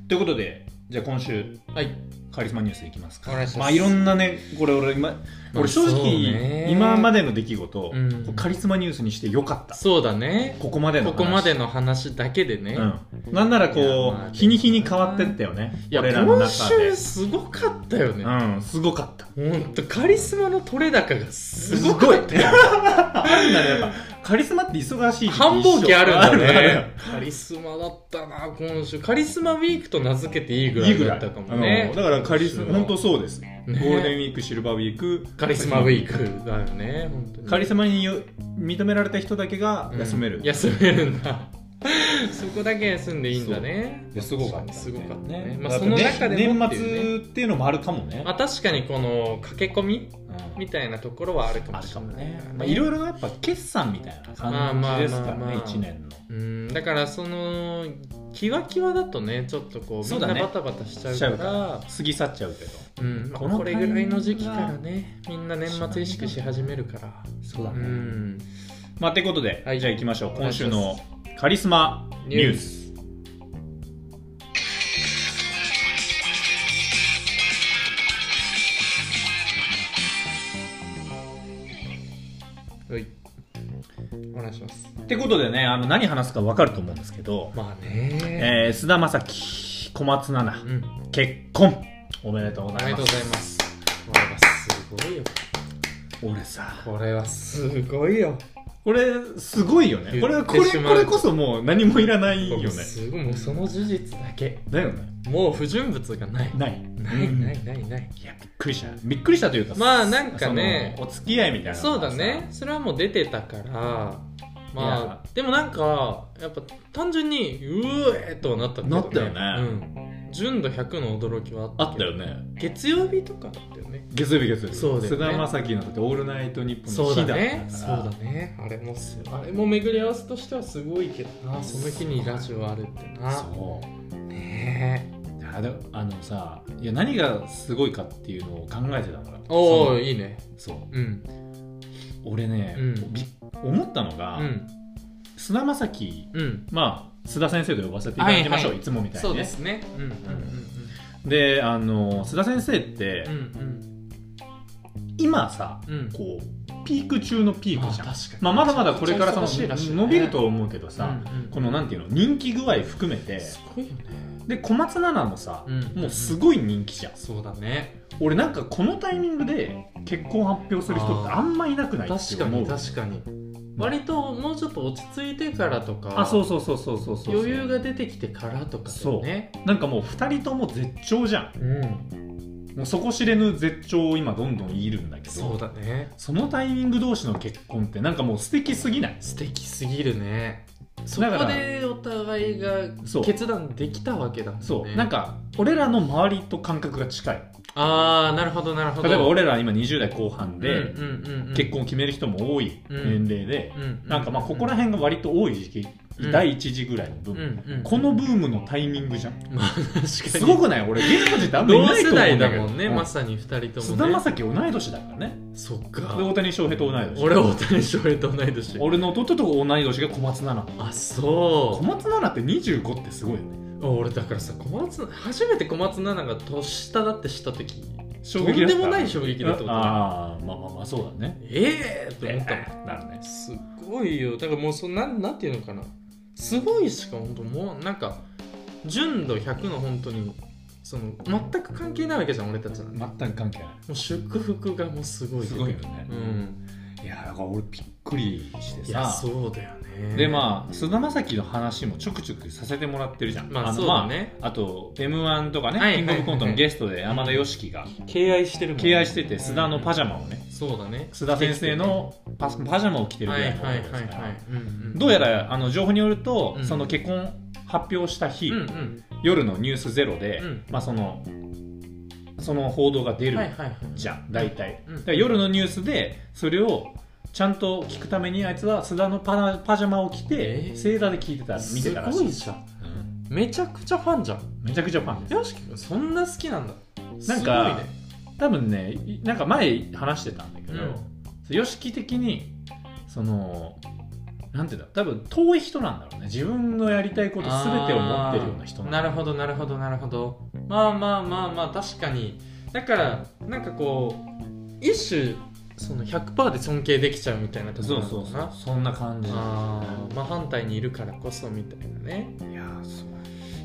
S2: ということでじゃあ今週
S1: はい
S2: カリスマニュースいきますか
S1: お願いします
S2: まあいろんなねこれ俺今
S1: まあ
S2: 俺正
S1: そうね
S2: 直今までの出来事を
S1: うん
S2: こうカリスマニュースにしてよかった
S1: そうだね
S2: ここまでの
S1: こ
S2: 話
S1: こまでの話だけでね、
S2: うんなんなら
S1: いや
S2: こ
S1: まあ
S2: う日に日に変わってったよね
S1: いや
S2: 俺らの
S1: 今
S2: 中で
S1: 週すごかったよね、
S2: うんすごかった
S1: ほんとカリスマの取れ高がすご
S2: い
S1: かっ
S2: あるんだねやっぱカリスマって忙しい
S1: た繁忙期あるんだ
S2: あるある
S1: ねカリスマだったな今週カリスマウィークと名付けていいぐら
S2: いい
S1: い
S2: ぐ
S1: だ
S2: ら
S1: っ
S2: い
S1: たかもね
S2: うんだからカリス
S1: 今週
S2: マ
S1: は
S2: 本当そうです、ゴールデンウィークシルバーウィーク
S1: カリスマウィークだよね本当に
S2: カリスマによ認められた人だけが休める、
S1: うん休めるんだ そこだけ休んでいいんだね
S2: いやすごかったね
S1: すごかったね
S2: ね
S1: まあ、その中でもって
S2: 年
S1: いうね
S2: 末っていうのもあるかもね
S1: まあ、確かにこの駆け込み
S2: うん
S1: みたいなところはあるか
S2: あ
S1: も
S2: る
S1: し
S2: か
S1: れ
S2: も
S1: ない
S2: ね
S1: から
S2: まあいろいろやっぱ決算みたいな感じですから
S1: まあまあまあ
S2: ね
S1: まあ
S2: 一年の
S1: うんだからそのキワキワだとねちょっとこう
S2: そ
S1: み
S2: うんだ
S1: な
S2: ね
S1: バタバタしちゃう
S2: しち
S1: か
S2: ゃ
S1: ら
S2: うから過ぎ去っちゃうけど
S1: うんまあ
S2: この
S1: これぐらいの時期からねみんな年末意識し始めるから
S2: そうだ
S1: う、ん
S2: まあってことで、
S1: はい
S2: じゃあ行きましょう
S1: お願
S2: 今
S1: いし
S2: 週
S1: ます
S2: のカリスマニュース
S1: はいお願いします
S2: ってことでねあの何話すか分かると思うんですけど、
S1: まあね
S2: えー、須田将暉小松菜奈、
S1: うん
S2: 結婚おめでとうご
S1: あ
S2: ざ
S1: り
S2: い
S1: が
S2: ます
S1: とうございますこれはすごいよこれは
S2: 俺さ
S1: すごいよ
S2: これすごいよねこれ
S1: 言っ
S2: こ
S1: て
S2: れ
S1: しまう
S2: これこそもう何もいらないよね
S1: すごいもうその事実だけ
S2: だよね
S1: もう不純物がない
S2: ない
S1: ないないないない
S2: いやびっくりしたびっくりしたというか
S1: まあなんかね
S2: そのお付き合いみたいなの
S1: そう
S2: が
S1: だ
S2: さ
S1: ねそれはもう出てたから
S2: いや
S1: まあでもなんかやっぱ単純にうえーとはなったけど
S2: なったよ
S1: うん、純度100の驚きはあった
S2: あ
S1: け
S2: っ
S1: ど
S2: たよね
S1: 月曜日とかだったよね
S2: 月曜日月曜日
S1: そうだよね
S2: 菅田将暉のだって「オールナイトニッポン」
S1: そ
S2: の
S1: う
S2: 日
S1: だ
S2: だった
S1: ね
S2: から
S1: そうだねあれもすあれも巡り合わせとしてはすごいけどなその日にラジオあるってな
S2: そう
S1: ねえ
S2: いやでもあのさいや何がすごいかっていうのを考えてたから
S1: おおいいね
S2: そのそう
S1: うん
S2: 俺ね、
S1: うん
S2: び思ったのが、
S1: うん
S2: 菅田将暉
S1: うん
S2: まあ須田先生と呼ばせていただきましょう、
S1: はいいは
S2: つもみたい
S1: そう
S2: にね
S1: ですねうんうん
S2: であの須田先生って、
S1: うんうんうん
S2: 今さ
S1: うんうん
S2: こうピーク中のピークじゃ
S1: ま
S2: ん、
S1: あ
S2: まあ
S1: 確かに
S2: まだまだこれからその
S1: めちゃくちゃ忙しいらしいね
S2: 伸びると思うけどさ、
S1: うんうん
S2: このなんていうの人気具合含めて
S1: すごいよね
S2: で小松菜奈もさ、
S1: うん
S2: もうすごい人気じゃん
S1: そうだね
S2: 俺なんかこのタイミングで結婚発表する人ってあんまいなくないって
S1: 確か
S2: 思う
S1: に確かに割ともうちょっと落ち着いてからとか
S2: あそうそうそうそうそうそう
S1: 余裕が出てきてからとかだよね
S2: なんかもう2人とも絶頂じゃ
S1: うん
S2: んもう底知れぬ絶頂を今どんどんいるんだけど
S1: そうだね
S2: そのタイミング同士の結婚ってなんかもう素敵すぎない
S1: 素敵すぎるねそ
S2: だか
S1: こ
S2: ら
S1: でお互いが
S2: そう
S1: 決断できたわけだもんね
S2: そう、なんか俺らの周りと感覚が近い
S1: ああなるほどなるほど
S2: 例えば俺ら今20代後半
S1: う
S2: で
S1: んうんうんうん
S2: 結婚を決める人も多い年齢で、
S1: うんうん
S2: なんかまあここら辺が割と多い時期、
S1: うん
S2: 第1次ぐらいのブーム、
S1: うんうん
S2: このブームのタイミングじゃん
S1: まあ確かに
S2: すごくない俺芸能人ってあんまりい
S1: 同
S2: ない
S1: 世
S2: と思う
S1: 代
S2: んだ
S1: だ
S2: けど
S1: もんね
S2: うん
S1: まさに二人とも
S2: 菅
S1: ね
S2: 田将暉同い年だからね
S1: そっ
S2: で
S1: か
S2: 大谷翔平と同い年
S1: 俺大谷翔平と同い年
S2: 俺の弟と同い年が小松菜奈
S1: あそう
S2: 小松菜奈って25ってすごいよね
S1: 俺だからさ小松初めて小松菜奈が年下だって知った時
S2: 衝
S1: と
S2: 撃
S1: ん
S2: だった
S1: でもない衝撃だったことだ
S2: ああまあまあまあそうだね
S1: ええー、って思ったもん
S2: なるね
S1: すごいよだからもうそんなんなんていうのかなすごいしか本当もうなんか純度100の本当にその全く関係ないわけじゃん俺たちなんても
S2: 全く関係な
S1: う祝福がもうすごい
S2: いすごいよね
S1: う、ん
S2: いやだから俺びっくりして
S1: いや
S2: さ
S1: そうだよね
S2: でまあ菅田将暉の話もちょくちょくさせてもらってるじゃん
S1: まあ
S2: の
S1: そうだね、
S2: まああと m 1とかね、
S1: はい
S2: キングオブコント
S1: はいは
S2: の
S1: い
S2: ゲストで山田芳樹が
S1: 敬愛してるもんね
S2: 敬愛してて須田のパジャマをね
S1: そうだね
S2: 須田先生のパパジャマを着てるぐ
S1: はい
S2: ら
S1: はいいはい
S2: の男です
S1: は
S2: か
S1: い
S2: ら
S1: うんうん
S2: どうやらあの情報によると、
S1: うん
S2: その結婚発表した日、
S1: うんうん
S2: 夜の「ニュースゼロで、
S1: うん
S2: まあそのその報道が出
S1: はい
S2: る
S1: はいはい
S2: じゃん、大体、
S1: うん
S2: だから夜のニュースでそれをちゃんと聞くためにあいつは須田のパラパジャマを着
S1: え
S2: て
S1: ー
S2: 正座で聞いてた見てたら
S1: す
S2: し
S1: ご
S2: い
S1: いじゃん
S2: うん
S1: めちゃくちゃファンじゃん
S2: めちゃくちゃファンです
S1: よしき君そんな好きなんだ
S2: なんか多分ねいなんか前話してたんだけど、
S1: うん
S2: その YOSHIKI 的にそのなんていうんだ多分遠い人なんだろうね自分のやりたいこと全てを持ってるような人
S1: あー
S2: ん
S1: な
S2: だ
S1: るほどなるほどなるほどまあまあまあまあ確かにだからなんかこう一種その100%で尊敬できちゃうみたいなとこ
S2: そ
S1: ろな
S2: う
S1: のか
S2: そう
S1: な
S2: そうそんな感じ
S1: あーまあ反対にいるからこそみたいなね
S2: いやーそう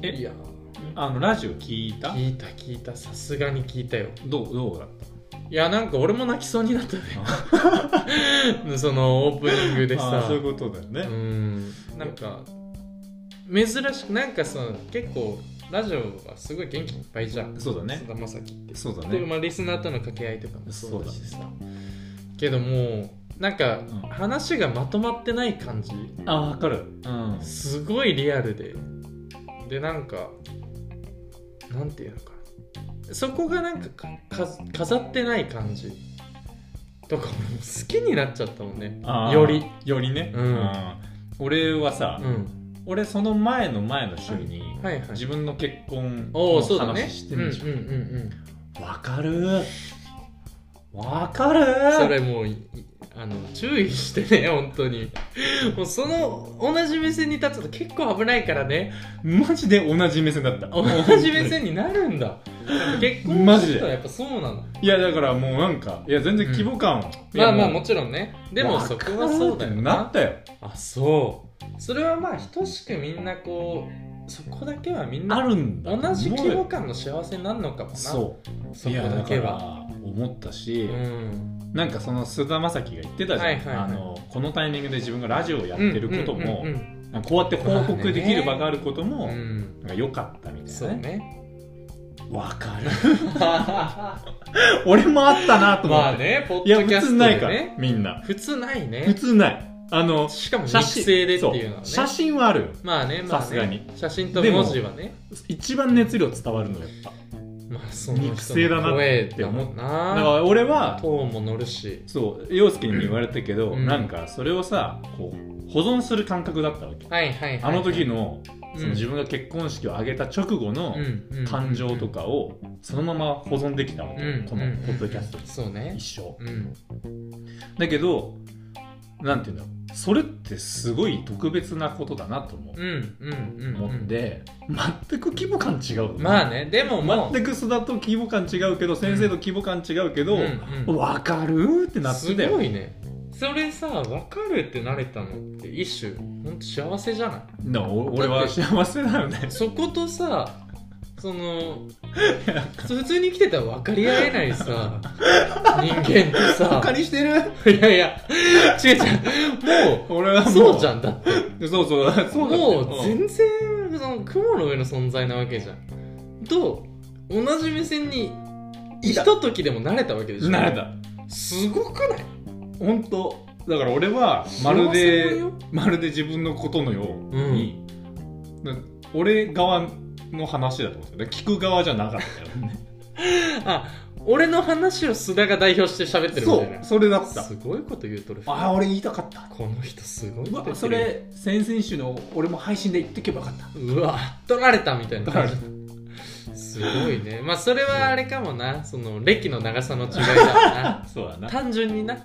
S2: え
S1: いや
S2: あのラジオ聞いた
S1: 聞いた聞いたさすがに聞いたよ
S2: どうどう だっ
S1: いやなんか俺も泣きそうになったね そのオープニングで
S2: た
S1: さ
S2: そういうことだよね、
S1: うんなんか珍しくなんかさ結構ラジオはすごい元気いっぱいじゃん
S2: そうだね
S1: 菅田将暉って
S2: そうだ
S1: で
S2: ね
S1: まあ、リスナーとの掛け合いとかもそうだしさけどもうなんか
S2: ん
S1: 話がまとまってない感じ
S2: あわかるうん
S1: すごいリアルででなんかなんていうのかなそこがなんかかか飾ってない感じとかもう好きになっちゃったもんね
S2: あー
S1: より
S2: よりね
S1: うん
S2: 俺はさ、
S1: うん
S2: 俺その前の前の週に、
S1: はいはい
S2: 自分の結婚
S1: お
S2: の
S1: おそうだね
S2: 話してるでしょ
S1: うんうんうんうん
S2: わかるわかる
S1: それもういいあの注意して ね本当にもうその同じ目線に立つと結構危ないから ね
S2: マジで同じ目線だった
S1: 同じ目線になるんだ結婚
S2: マ
S1: し
S2: ジ
S1: た人
S2: で
S1: はやっぱそうなの
S2: いやだからもうなんかいや全然規模感を、い
S1: ま
S2: や
S1: あまあ
S2: う
S1: もちろんねでもそこはそうだよ
S2: なったよ
S1: あそうそれはまあ等しくみんなこうそこだけはみん
S2: あ
S1: な
S2: るんだ
S1: 同じ規模感の幸せになるのかもな
S2: そう
S1: そこだけは
S2: 思ったし、
S1: うん
S2: なんかその菅田将暉が言ってたじゃん、
S1: はいはいはい
S2: あのこのタイミングで自分がラジオをやってることも、
S1: うんうん
S2: なんかこうやって報告できる場があること
S1: うん
S2: も、
S1: うんうん
S2: なんか良かったみたい
S1: そう
S2: なね
S1: ね
S2: わかる 俺もあったなと思って、
S1: まあねポッ
S2: いや
S1: ド
S2: 普
S1: キャス
S2: 通
S1: ト
S2: ない
S1: で
S2: から、
S1: ね
S2: みんな
S1: 普通ないね
S2: 普通ないあの
S1: しかも写真生でっていうのはね
S2: そう写真はあるよ
S1: まあねまあね
S2: さすがに
S1: 写真と文字はね
S2: 一番熱量伝わるのよやっぱ
S1: まあその
S2: 肉
S1: 人
S2: 声だ
S1: の
S2: なっ
S1: 声
S2: て
S1: だ
S2: 思
S1: も
S2: っ
S1: ん
S2: だ
S1: な
S2: から俺は
S1: トーンも乗るし
S2: そう陽介に言われたけど、
S1: うん
S2: なんかそれをさこう保存する感覚だったわけ、
S1: はいはい
S2: あ
S1: はい
S2: の時の
S1: うん
S2: その自分が結婚式を挙げた直後の
S1: うんうん
S2: 感情とかをそのまま保存できたわけ、
S1: うん
S2: このポッドキャストに
S1: そうね
S2: 一生
S1: うん
S2: だけどなんていうんだろうそれってすごい特別なことだなと思う
S1: うんうんうん
S2: 思って、全く規模感違う
S1: まあねでももう
S2: 全く須田と規模感違うけど先生と規模感違うけど、
S1: うんうん
S2: わかるってなって
S1: す
S2: たよ
S1: ごいねそれさ分かるってなれたのって一種ほんと幸せじゃない
S2: なお俺は幸せだよね
S1: そことさそ の普通に生きてたら分かり合えない さ人間ってさ
S2: バカにしてる
S1: いやいや違う違うも
S2: 俺は
S1: う
S2: もう
S1: そうじゃんだって
S2: そうそうそう
S1: も
S2: だよ
S1: う全然その雲の上の存在なわけじゃんと同じ目線にひとときでも慣れたわけでしょ
S2: うん慣れた
S1: すごくない
S2: 本当だから俺はま
S1: 幸
S2: るで
S1: せだよ
S2: まるで自分のことのように、な俺側の話だと思ってたよね聞く側じゃなかったよね
S1: あ俺の話を須田が代表して喋ってるみ
S2: そ
S1: たいうな
S2: それだった
S1: すごいこと言うとる
S2: ああ俺言いたかった
S1: この人すごいうこと言って
S2: わ
S1: る
S2: それ先々週の俺も配信で言ってけばよかった
S1: うわ取られたみたいな
S2: 取られた
S1: すすごいねまあそれはあれかもなその歴の長さの違い だも
S2: そうだ
S1: な
S2: な
S1: 単純にな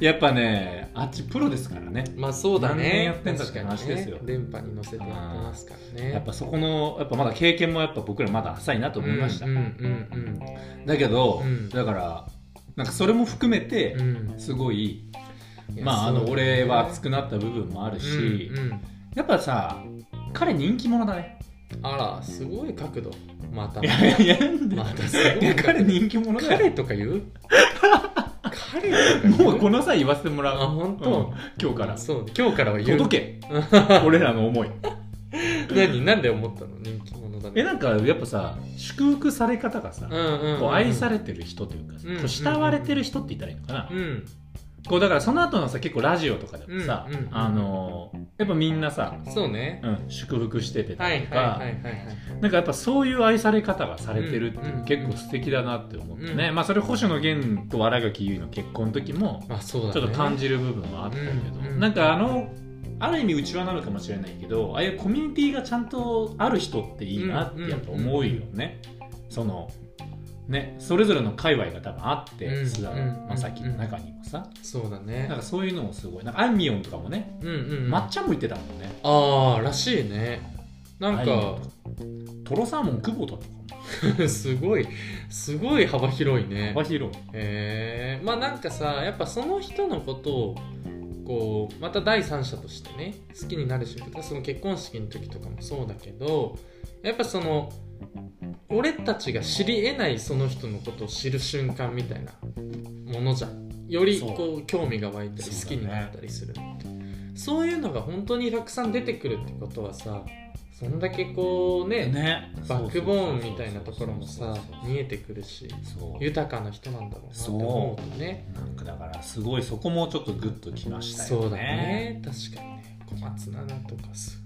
S2: やっぱねあっちプロですからね
S1: まあそうだね
S2: 何年やってんだって
S1: 確かに
S2: 話ですよ
S1: ね、電波に乗せてやってますからね
S2: やっぱそこのやっぱまだ経験もやっぱ僕らまだ浅いなと思いました、
S1: うんうん
S2: だけど、
S1: うん
S2: だからなんかそれも含めて
S1: うんうん
S2: すごい、
S1: いや
S2: まああの
S1: そうだね
S2: 俺は熱くなった部分もあるし、
S1: うんうん
S2: やっぱさ彼人気者だね
S1: あらすごい角度また
S2: いやいやなんで
S1: またす
S2: い
S1: ごい
S2: や彼人気者だよ
S1: 彼とか言う彼とか言う
S2: もうこの際言わせてもらう
S1: あ本当
S2: うん今日から
S1: そう今日からは言う
S2: 届 け俺らの思い
S1: 何何で思ったの人気者だね
S2: えなんかやっぱさ祝福され方がさ、
S1: うんうんうん
S2: こう愛されてる人というかさ、
S1: うん
S2: こう慕われてる人って言ったらいいのかな、
S1: うん
S2: こうだからその後のさ結構ラジオとかでもさ、
S1: うんうんうん
S2: あのーやっぱみんなさ、
S1: そうね
S2: うん、祝福しててた
S1: は
S2: り
S1: い
S2: と
S1: は
S2: か、
S1: いはいはいはい
S2: なんかやっぱそういう愛され方がされてるっていう
S1: うんうん
S2: 結構素敵だなって思ってね、
S1: う
S2: まあそれ星野源と新垣結衣の結婚の時も
S1: まあそうだね
S2: ちょっと感じる部分はあったけど、
S1: うんうん
S2: なんかあのある意味うちわなのかもしれないけどああいうコミュニティがちゃんとある人っていいなってやっぱ思うよね、そのねそれぞれの界隈が多分あって
S1: うん
S2: 菅田
S1: うん
S2: 将暉の中にもさ
S1: そうだ
S2: なん
S1: ね
S2: かそういうのもすごいなんかあいみょんとかもね
S1: うんうん
S2: 抹茶も言ってたもんね
S1: ああらしいねなん
S2: あいみょ
S1: か
S2: んとろサーモン久保田とか も
S1: すごいすごい幅広いね
S2: 幅広い
S1: えー、まあなんかさやっぱその人のことをこうまた第三者としてね好きになる人とかその結婚式の時とかもそうだけどやっぱその俺たちが知り得ないその人のことを知る瞬間みたいなものじゃんより
S2: そう
S1: こう興味が湧いたり
S2: そうだね
S1: 好きになったりするってそういうのが本当にたくさん出てくるってことはさそんだけこうね
S2: ね
S1: バックボーンみたいなところもさ見えてくるし
S2: そう
S1: 豊かな人なんだろうなって思うとね
S2: なんかだからすごいそこもちょっとグッときましたよね
S1: そうだね確かにね小松菜奈とかす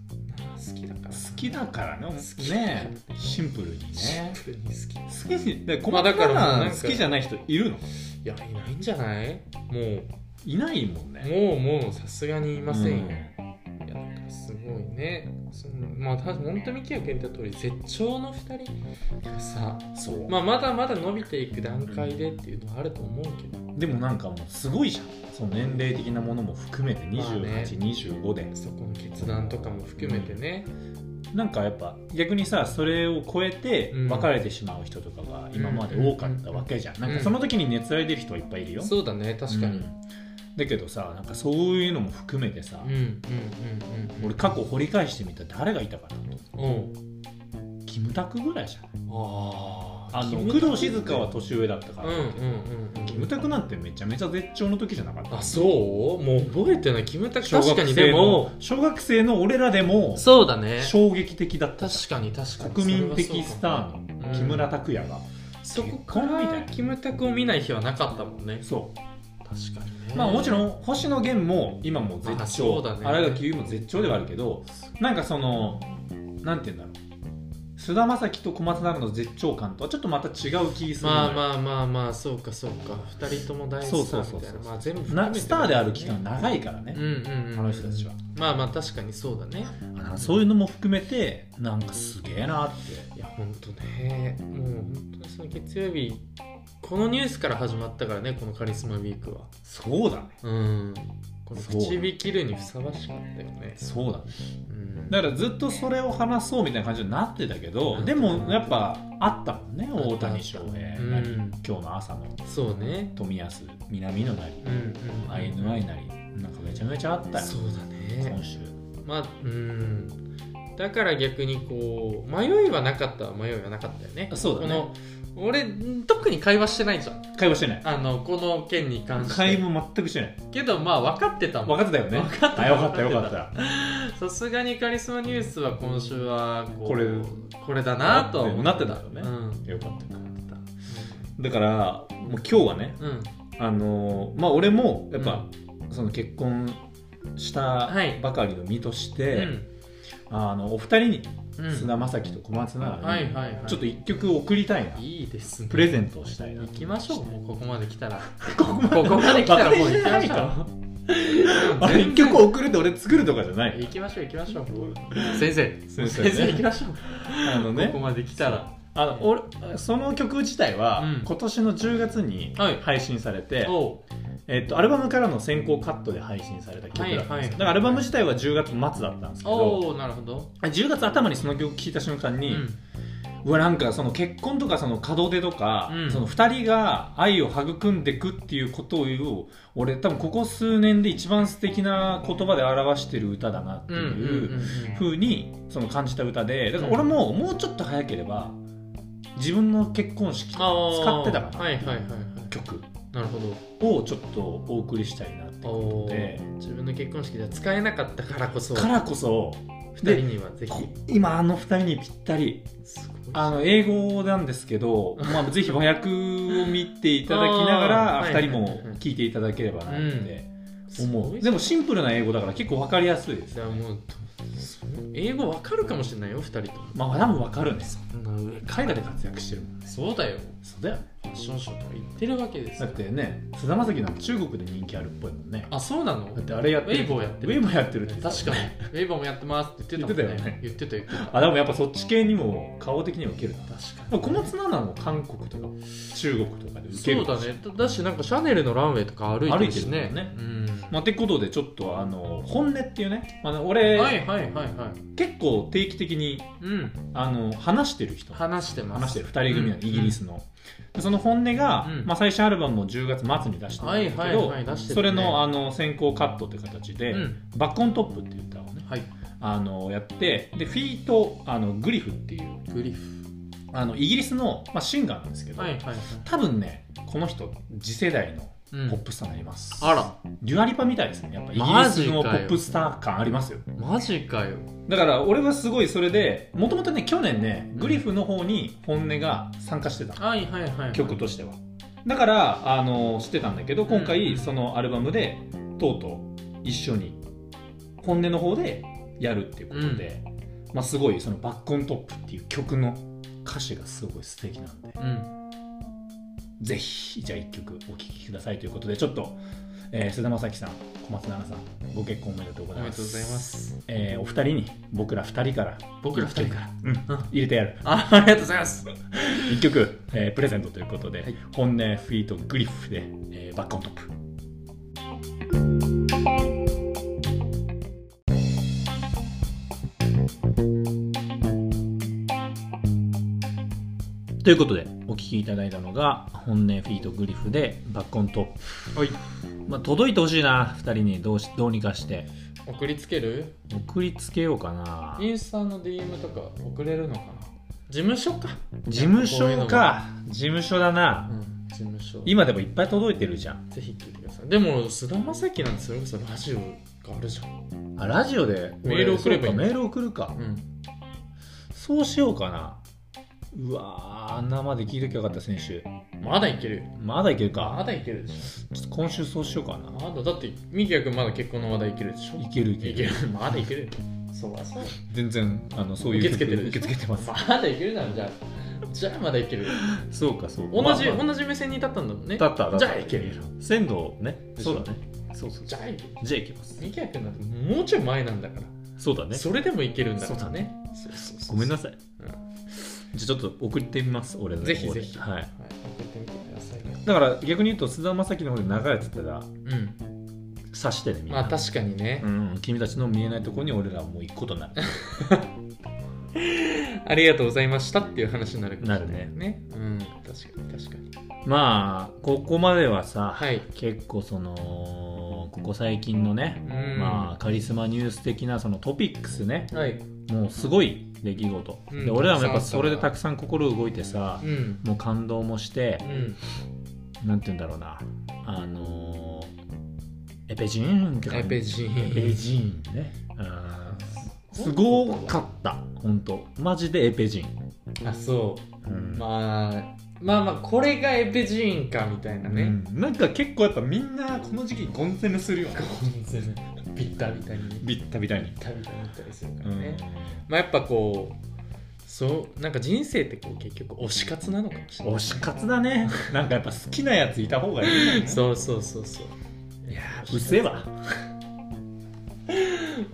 S1: 好きだから
S2: 好きだからね
S1: 好き
S2: ねシンプルに
S1: シン
S2: ね
S1: プルに好きい
S2: 好きにで小
S1: まあだ
S2: 松
S1: か
S2: 菜
S1: らもうなん
S2: 奈
S1: か
S2: 好きじゃない人いるの
S1: やいないんじゃないも
S2: いないもんね
S1: うもうもうさすがにいませんよ、
S2: う
S1: いやなんかすごいねそのまあた本当にキヤ君言った通り絶頂の2人がさ、
S2: んそう
S1: まあ、まだまだ伸びていく段階でっていうのはあると思うけど
S2: でもなんかもうすごいじゃんその年齢的なものも含めて
S1: まあね
S2: 2825で
S1: そこの決断とかも含めてね、
S2: なんかやっぱ逆にさそれを超えて
S1: うん
S2: 別れてしまう人とかが今まで多かったわけじゃんなんかその時に熱愛出る人はいっぱいいるよ
S1: そうだね確かに、う、
S2: うんんだけどさなんかそういうのも含めてさ、
S1: うんうんうんうん
S2: 俺過去掘り返してみたら誰がいたかなと
S1: うん
S2: キムタクぐらいじゃん
S1: あ
S2: あの
S1: キムタク
S2: 工藤静香は年上だったか
S1: うんう
S2: ら、
S1: んうんうん
S2: キムタクなんてめちゃめちゃ絶頂の時じゃなかった
S1: あそうもう覚えてないキムタク
S2: 小
S1: 確か
S2: 学
S1: にで
S2: 生
S1: も
S2: の小学生の俺らでも
S1: そうだね
S2: 衝撃的だった
S1: 確かに確かに
S2: 国民的スターの木村拓哉が、
S1: そこからキムタクを見ない日はなかったもんね
S2: そ
S1: 確かに
S2: う
S1: ね
S2: まあもち
S1: ん
S2: ろん星野源も今も絶
S1: あそ
S2: 頂
S1: うだね
S2: 新垣結衣も絶頂ではあるけどなんかそのなんて言うんだろう菅田将暉と小松菜奈の絶頂感とはちょっとまた違う気するの
S1: まあ
S2: よ
S1: まあまあまあそうかそうか二人とも大スターみたい
S2: そうそうそ
S1: な
S2: うそう
S1: まあ全部含め
S2: な
S1: て
S2: スターである期間長いからね
S1: うん、うんうん
S2: あの人たちは
S1: まあまあ確かにそうだね
S2: あそういうのも含めてなんかすげえなって
S1: いやほんとねもう本当にその月曜日このニュースから始まったからねこのカリスマウィークは
S2: そうだね
S1: うんこの
S2: そう
S1: 唇切るにふさわしかったよね
S2: そうだね
S1: うん
S2: だからずっとそれを話そうみたいな感じになってたけど
S1: うん
S2: でもやっぱあったもんね大谷翔平なり、
S1: うん
S2: 今日の朝の
S1: そうね
S2: 冨安南野なり
S1: うんうんうん
S2: INI なりなんかめちゃめちゃあったよ
S1: そうだ
S2: 今
S1: ね
S2: 週
S1: まあうんだから逆にこう迷いはなかったは迷いはなかったよね
S2: あそうだね
S1: この俺特に会話してないじゃん
S2: 会話してない
S1: あのこの件に関して
S2: 会話全くしてない
S1: けどまあ分かってたも
S2: 分
S1: ん
S2: かってたよね
S1: 分かってた
S2: あよかったよかった
S1: さすがにカリスマニュースは今週はこう
S2: これ
S1: これだなとは思
S2: なってたよね
S1: うん
S2: よかっただからもう今日はね
S1: うん
S2: あのーまあ俺もやっぱ、その結婚した
S1: はい
S2: ばかりの身とし
S1: う
S2: て、
S1: ん
S2: あのお二人に
S1: うん
S2: 菅田将暉と小松菜
S1: は
S2: 奈
S1: い
S2: に
S1: はいはい
S2: ちょっと一曲送りたいな、
S1: いいですね
S2: プレゼントをしたいな
S1: 行きましょうもうここまで来たら
S2: ここま
S1: ここまで来たらもう行
S2: 行
S1: きましょう
S2: あれ一曲送るって俺作るとかじゃない
S1: 行きましょう行きましょう先生
S2: 先生ね
S1: 先生行きましょう
S2: あの
S1: ここ
S2: ね
S1: まで来たら
S2: あの俺その曲自体は
S1: うん
S2: 今年の10月に
S1: はい
S2: 配信されて、
S1: おう
S2: えっとアルバムからの先行カットで配信された曲だったんですよ、
S1: はいはい
S2: だからアルバム自体は10月末だったんですけど
S1: おうなるほど、
S2: 10月頭にその曲聴いた瞬間
S1: う、
S2: に、うんわなんかその結婚とかその門出とか、
S1: うん
S2: その2人が愛を育んでくっていうことを俺多分ここ数年で一番素敵な言葉で表してる歌だなって
S1: うんうん
S2: いう。
S1: うんうん
S2: 風にその感じた歌でだから
S1: うん
S2: 俺ももうちょっと早ければ自分の結婚式
S1: あー
S2: 使ってたかな
S1: はいはいはいはい
S2: 曲
S1: なるほど
S2: をちょっとお送りしたいなって
S1: お
S2: で
S1: ー自分の結婚式では使えなかったからこそ
S2: からこそ
S1: 2人にはぜひ
S2: こ今あの二人にぴったり
S1: すごい
S2: あの英語なんですけ ど、まあ、ぜひ和訳を見ていただきなが
S1: あ
S2: ら
S1: ー
S2: 二人
S1: はい
S2: も
S1: はいはい
S2: 聞いていただければなって
S1: す
S2: 思
S1: ご
S2: う
S1: い
S2: でもシンプルな英語だから結構わかりやすいです
S1: じゃあもうそう英語わかるかもしれないよ2人とも
S2: まあ多分わかるね
S1: そんな上
S2: 海外で活躍してるもんね
S1: そうだよ
S2: そうだよね
S1: ファッションショーとか行ってるわけです
S2: だ
S1: よ
S2: ってね菅田将暉なんて中国で人気あるっぽいもんね
S1: あそうなの
S2: だってあれやって
S1: ウェイボーやってる
S2: ウェイボーやってるって言って
S1: 確かに ウェイバーもやってますって言ってたもんね言ってたよ
S2: あでもやっぱそっち系にも顔的にはウケるな
S1: 確
S2: でも小松菜奈も韓国とか中国とかでウケる
S1: そうだねだしなんかシャネルのランウェイとか歩いてるしね
S2: 歩いてるも
S1: うん
S2: まあ、ってことでちょっとあの本音っていうね、あの俺、
S1: はいはいはいはい
S2: 結構定期的に
S1: うん
S2: あの話してる人
S1: 話してます
S2: 話してる2人組なの
S1: うん
S2: イギリスの、でその本音が、
S1: うん
S2: まあ、最新アルバムも10月末に出してるん
S1: は
S2: だけ
S1: い
S2: ど、
S1: はいはい出してる
S2: それの
S1: あ
S2: あの先行カットって形で「
S1: うん
S2: バックオントップ」っていう歌をね
S1: はい
S2: あのやってでフィートあのグリフっていう
S1: グリフ
S2: あのイギリスの、まあ、シンガーなんですけど、
S1: はいはいはい
S2: 多分ねこの人次世代の
S1: うん
S2: ポップスターになります、
S1: あら
S2: デュアリパみたいですねやっぱイギ
S1: マ
S2: リ
S1: ジ
S2: ス
S1: かよ
S2: のポップスター感ありますよ
S1: マジかよ
S2: だから俺はすごいそれでもともとね去年ねグリフの方に本音が参加してたの
S1: はいはいはい
S2: 曲としてはだからあの知ってたんだけど今
S1: う
S2: 回
S1: ん
S2: そのアルバムでとうとう一緒に本音の方でやるっていうことで、まあ、すごいその「バックオントップ」っていう曲の歌詞がすごい素敵なんで
S1: うん
S2: ぜひじゃあ一曲お聴きくださいということでちょっと、えー、菅田将暉さん小松菜奈さんご結婚おめでとうご
S1: お
S2: ざい
S1: め
S2: ま
S1: ですとうございます
S2: えーお二人に僕ら二人から
S1: 僕ら二人
S2: ら、うん、
S1: うん
S2: 入れてやる
S1: あありがとうございます
S2: 一曲、えープレゼントということで、
S1: はい
S2: 本音フィートグリフで、えーバックオントップということでお聞きいただいたのが本音フィートグリフでバックオントップ
S1: はい
S2: まあ、届いてほしいな2人にどうしどうにかして
S1: 送りつける
S2: 送りつけようかな
S1: インスタの DM とか送れるのかな事務所か、
S2: 事務所か事務所だな
S1: うん、事務所
S2: 今でもいっぱい届いてるじゃん
S1: ぜひ聞いてくださいでも菅田将暉なんてそれこそラジオがあるじゃん
S2: あラジオで俺
S1: メール送ればいい
S2: そうかメール送るか、
S1: うん
S2: そうしようかなうわー生で聞いときゃよかった選手
S1: まだいけるよ
S2: まだいける
S1: ま
S2: か
S1: だいけるでし
S2: ちょっと今週そうしようか
S1: ょ
S2: な
S1: まだだってみきやくんまだ結婚の話題いけるでしょ
S2: いけるいける
S1: いけるまだいけるそうそう
S2: 全然あのそういう
S1: 受け付けてる
S2: 受け付けてます
S1: まだいけるならじゃあじゃあまだいける
S2: そうかそうか
S1: 同じ、
S2: まあまあ
S1: 同じ目線に立ったんだもんね
S2: だっただった
S1: じゃあいけるよ
S2: 鮮度ね
S1: でしょ
S2: そうだねそうそう
S1: じゃあいける
S2: じゃあいきます
S1: みきやくんなんてもうちょい前なんだから、
S2: そうだね
S1: それでもいけるんだから
S2: そうだね
S1: そうそうそう
S2: ごめんなさい、
S1: うん
S2: じゃあちょっと送ってみます俺の方で
S1: ぜひぜひ
S2: はい
S1: はい、送ってみてくださいよ
S2: だから逆に言うと菅田将暉の方で流れてたら
S1: うん
S2: 刺してねみん
S1: ま
S2: な、
S1: あ確かにね
S2: う、ん、君たちの見えないところに俺らはもう行くことになる
S1: ありがとうございましたっていう話になるかもしれない
S2: なる
S1: ねうん確かに確かに
S2: まあここまではさ、
S1: はい
S2: 結構そのここ最近のね、
S1: うん
S2: まあ、カリスマニュース的なそのトピックスね
S1: はい
S2: もうすごい出来事、
S1: うん
S2: で俺らもやっ
S1: た
S2: ぱ
S1: くさんあっ
S2: そ
S1: たな
S2: れでたくさん心動いてさ
S1: う、ん
S2: もう感動もして
S1: う、ん
S2: なんて言うんだろうなあのーエペジーンって
S1: エ
S2: 感じ
S1: ペジ
S2: エペ
S1: ーン
S2: ジーンねあーすごかった本当マジでエペジーン、
S1: あそううんまあまあまあこれがエペジーンかみたいな
S2: う
S1: ね、
S2: んなんか結構やっぱみんなこの時期ゴン攻めするよね
S1: 完全にビッタビタにね
S2: ビッタビタに
S1: ビ、ッタビタにいったりするか
S2: う
S1: ら
S2: ん
S1: ね、まあやっぱこうそうなんか人生ってこう結局推し活なのかもしれない
S2: 推し活だねなんかやっぱ好きなやついた方がいいよね
S1: そうそうそうそう
S2: いやーうっせえわ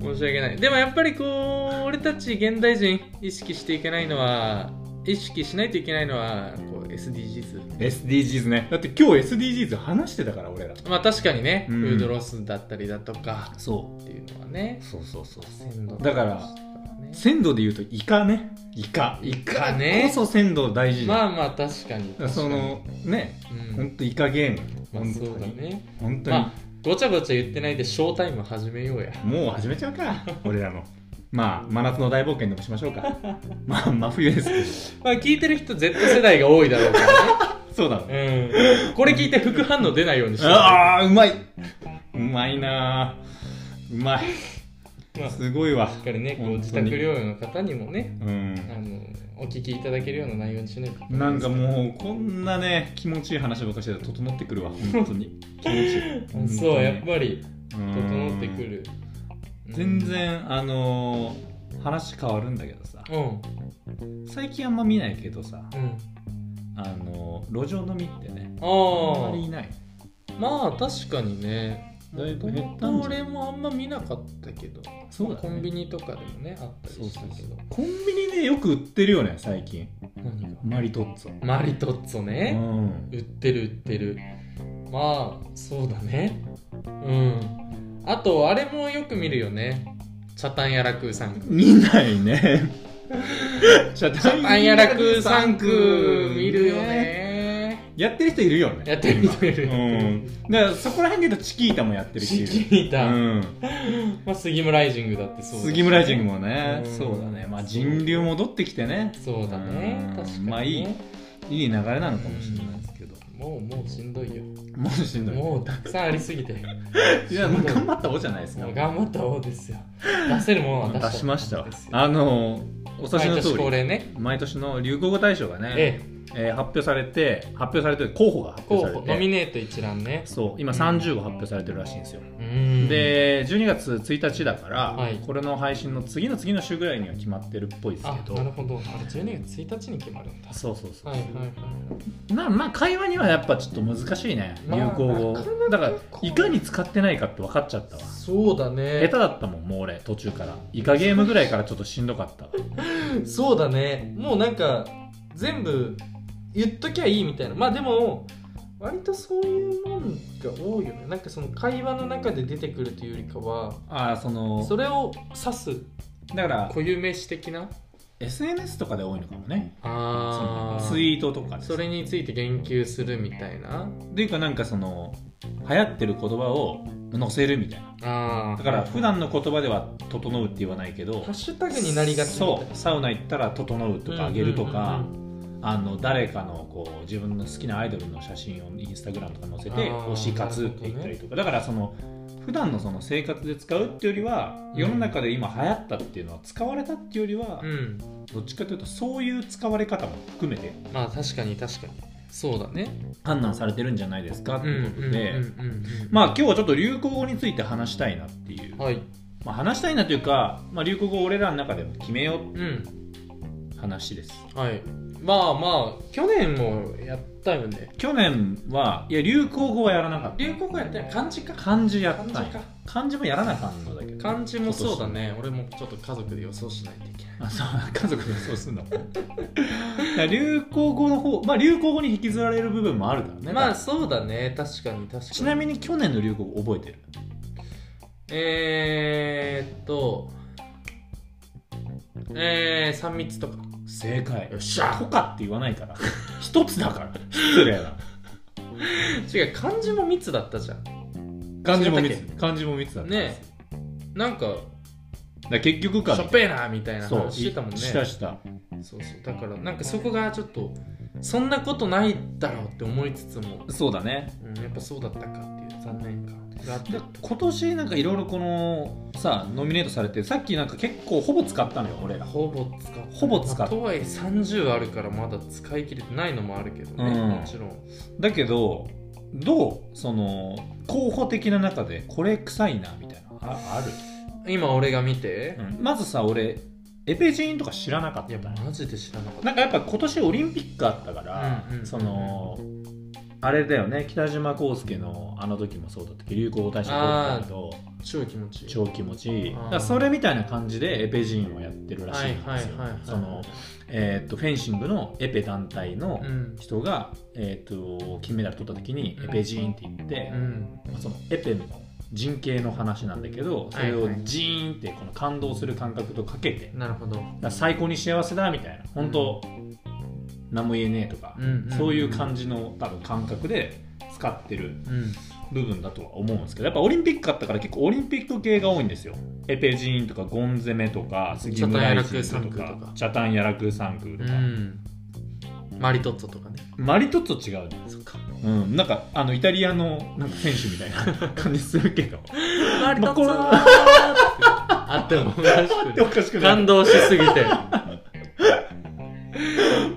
S1: 申し訳ないでもやっぱりこう俺たち現代人意識していけないのは意識しないといけないのはこう SDGs
S2: SDGs ねだって今日 SDGs 話してたから俺ら
S1: まあ確かにね、
S2: うん
S1: フードロスだったりだとか
S2: そ
S1: っていうのはね
S2: うそうそうそう
S1: 鮮度
S2: だから
S1: ね
S2: 鮮度で言うとイカねイカ
S1: イカね
S2: こそ鮮度大事
S1: ま
S2: あ
S1: あまあ確かに
S2: そのね
S1: 確かにう
S2: ほん
S1: ん
S2: とイカゲーム
S1: まあ
S2: 本当
S1: そうだ
S2: に
S1: ね
S2: 本当に、
S1: まあごちゃごちゃ言ってないでショータイム始めようや
S2: もう始めちゃうか俺らのまあ真夏の大冒険でもしましょう かまあ真冬ですけ
S1: まあ聞いてる人 Z 世代が多いだろうから
S2: どそうだね
S1: ね、うん、これ聞いて副反応出ないようにしよう
S2: ああうまいうまいなーうまい
S1: まあし
S2: すごいわ
S1: っかりねこう
S2: 本当に
S1: 自宅療養の方にもね
S2: うん
S1: あのお聞きいただけるような内容にしないと
S2: なんかもうこんなね気持ちいい話ばっかりしてたら整ってくるわ本当に気持ちいい本当に
S1: そうやっぱり
S2: うん
S1: 整ってくるうん
S2: 全然あのー話変わるんだけどさ
S1: うん
S2: 最近あんま見ないけどさ
S1: うん
S2: あのー路上飲みってねあん
S1: あ
S2: まりいない
S1: あまあ確かにね
S2: だいぶ減ったんじゃない
S1: 俺もあんま見なかったけど
S2: そうだね
S1: コンビニとかでもねあった
S2: そ
S1: り
S2: う
S1: した
S2: そう
S1: け
S2: そう
S1: ど
S2: コンビニでよく売ってるよね最近
S1: 何が
S2: マリトッツォ
S1: マリトッツォ
S2: う
S1: ね、
S2: ん
S1: 売ってる売ってるまあそうだねうんあとあれもよく見るよねチャタンヤラクーサンク
S2: 見ないねチャ
S1: チャタンヤラクーサンク見るよね
S2: やってる人いるよね
S1: やってる人いる
S2: うんだからそこら辺で言うとチキータもやってるし
S1: チキータ、
S2: うん、
S1: まあ、杉村ライジングだってそうだし
S2: 杉村ジングもね、
S1: うん
S2: そうだねまあ人流戻ってきてね
S1: そうだね
S2: うん
S1: 確かに、ね、
S2: まあいいいい流れなのかもしれないですけど、
S1: もうもうしんどいよ
S2: もうしんどい
S1: もうたくさんありすぎて
S2: いやもう頑張った方じゃないですか
S1: もう頑張った方ですよ出せるものは出した
S2: 出しましたわ
S1: ですよ
S2: あのお察し
S1: 毎
S2: の
S1: 年
S2: 通り
S1: 恒例ね
S2: 毎年の流行語大賞がね、
S1: え
S2: えー発表されて発表されてる候補が発
S1: 候
S2: 表され
S1: 補ノ
S2: て
S1: ミネート一覧ね
S2: そう今30号発表されてるらしいんですよ、
S1: うん
S2: で12月1日だから、
S1: はい
S2: これの配信の次の次の週ぐらいには決まってるっぽいです
S1: あ
S2: けど
S1: なるほどあれ12月1日に決まるんだ
S2: そうそうそう、
S1: はいはいはい
S2: なまあ会話にはやっぱちょっと難しいね
S1: まあ
S2: 流行語
S1: なか
S2: だからいかに使ってないかって分かっちゃったわ
S1: そうだ
S2: 下手
S1: ね
S2: だったもんもう俺途中からイカゲームぐらいからちょっとしんどかったわ
S1: そうだねもうなんか全部言っときゃいいみたいなまあでも割とそういうもんが多いよねなんかその会話の中で出てくるというよりかは
S2: ああその
S1: それを指す
S2: だから
S1: 固有名詞的な
S2: SNS とかで多いのかもね
S1: あ
S2: ツイートとかです
S1: それについて言及するみたいな
S2: っていうかなんかその流行ってる言葉を載せるみたいな
S1: あ
S2: だから普段の言葉では「整う」って言わないけど
S1: ハッシュタグになりがちみたいな
S2: そうサウナ行ったら「整う」とか「あげる」とか
S1: うんうんうん
S2: あの誰かのこう自分の好きなアイドルの写真をインスタグラムとか載せ
S1: あ
S2: て
S1: ー
S2: 推し活って言ったりとかだからその普段のその生活で使うっていうよりは
S1: うん
S2: 世の中で今流行ったっていうのは使われたっていうよりは
S1: うん
S2: どっちかというとそういう使われ方も含めて
S1: まあ確かに確かにそうだね
S2: 判断されてるんじゃないです
S1: う
S2: かっ
S1: ん
S2: て
S1: うんうんう
S2: いうことで
S1: ん
S2: まあ今日はちょっと流行語について話したいなっていう
S1: あはい
S2: まあ話したいなというかまあ流行語を俺らの中でも決めようっ
S1: うん
S2: て話です
S1: はいまあまあ去年もやったよね
S2: 去年はいや流行語はやらなかった
S1: 流行語やったよ漢字か
S2: 漢字や
S1: 漢
S2: っ
S1: 字
S2: たんや
S1: か
S2: 漢字もやらなあかんのだけど
S1: 漢字もそうだね俺もちょっと家族で予想しないといけない
S2: あそう家族でそうすんのだから流行語の方まあ流行語に引きずられる部分もあるからね
S1: まあそうだね確かに確かに
S2: ちなみに去年の流行語覚えてる
S1: えー、っとえー、3密とか
S2: 正解
S1: よっしゃ
S2: とかって言わないから一つだから失礼な
S1: 違う漢字も密だったじゃん
S2: 漢字も
S1: 違っ
S2: 密
S1: た
S2: 漢字も密だった
S1: ねなんか
S2: だから結局
S1: し
S2: か
S1: ょっぺーなみたいな
S2: そう
S1: 話してたもんね
S2: したした
S1: そうそうだからなんかそこがちょっとそんなことないだろうって思いつつも、
S2: そうだね
S1: うん、やっぱそうだったかっていう残念感があって
S2: で今年なんかいろいろこのさノミネートされてさっきなんか結構ほぼ使ったのよ俺ら
S1: ほぼ使った
S2: ほぼ使った
S1: まあとはいえ30あるからまだ使い切れてないのもあるけどね、
S2: うん
S1: もちろん
S2: だけどどうその候補的な中でこれ臭いなみたいなああ
S1: 今俺が見て
S2: る、、まずさ俺エペジーンとか知らなかっ
S1: い
S2: た
S1: やマジで知らなかった
S2: なんかやっぱ今年オリンピックあったから、
S1: うんうん
S2: そのあれだよね北島康介のあの時もそうだったけど流行語大賞だったけど
S1: 超気持ちいい
S2: 超気持ちいい
S1: あー
S2: だからそれみたいな感じでエペ人をやってるらしいんですよ
S1: はいはいはいはい
S2: そのえーっとフェンシングのエペ団体の
S1: うん
S2: 人が、えーっと金メダル取った時に
S1: うん
S2: エペジーンって言って
S1: う、ん
S2: まあそのエペの人形の話なんだけどそれをジーンってこの感動する感覚とかけてだか
S1: なるほど、
S2: ら最高に幸せだみたいな本当、何も言えねえとか、
S1: うん
S2: そういう感
S1: じ、
S2: じの多分感覚で使ってる
S1: うん、
S2: 部分だとは思うんですけどやっぱオリンピックあったから結構オリンピック系が多いんですよエペジーンとかゴン攻めとか杉村一
S1: チャタンヤラクーサン
S2: と
S1: クーと
S2: か
S1: か
S2: チャタンヤラクーサンクーと
S1: う
S2: か、
S1: ん、マリトッツォとかね
S2: マリトッツォ違うね
S1: そっ か
S2: うん、なんかあのイタリアのなんか選手みたいな 感じするけど
S1: マリトッツォー
S2: ま
S1: あってもおかしく
S2: でお
S1: ない
S2: かしくない
S1: 感動しすぎ て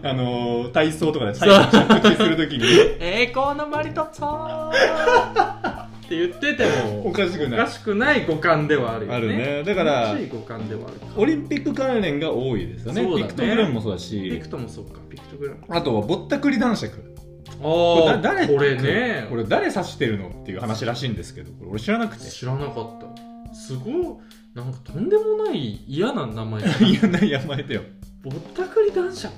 S2: あのー体操とかで最後に着地するとき に
S1: 栄光のマリトッツォーって言ってて
S2: お
S1: も
S2: かしく
S1: お
S2: な
S1: か
S2: い
S1: しくない五感ではあるよね
S2: あるねだから
S1: 気持ちいい五感ではあるか
S2: オリンピック関連が多いですよね
S1: そうだ
S2: ピ
S1: ね
S2: クトグラムもそうだ
S1: ピ
S2: し
S1: クトもそっかピクトグラム
S2: あとはぼったくり男爵こ
S1: あ
S2: れ誰
S1: これね
S2: これ誰指してるのっていう話らしいんですけどこれ俺知らなくて
S1: 知らなかったすごいなんかとんでもない嫌な名前だない
S2: や ない名前だよ
S1: ぼったくり男爵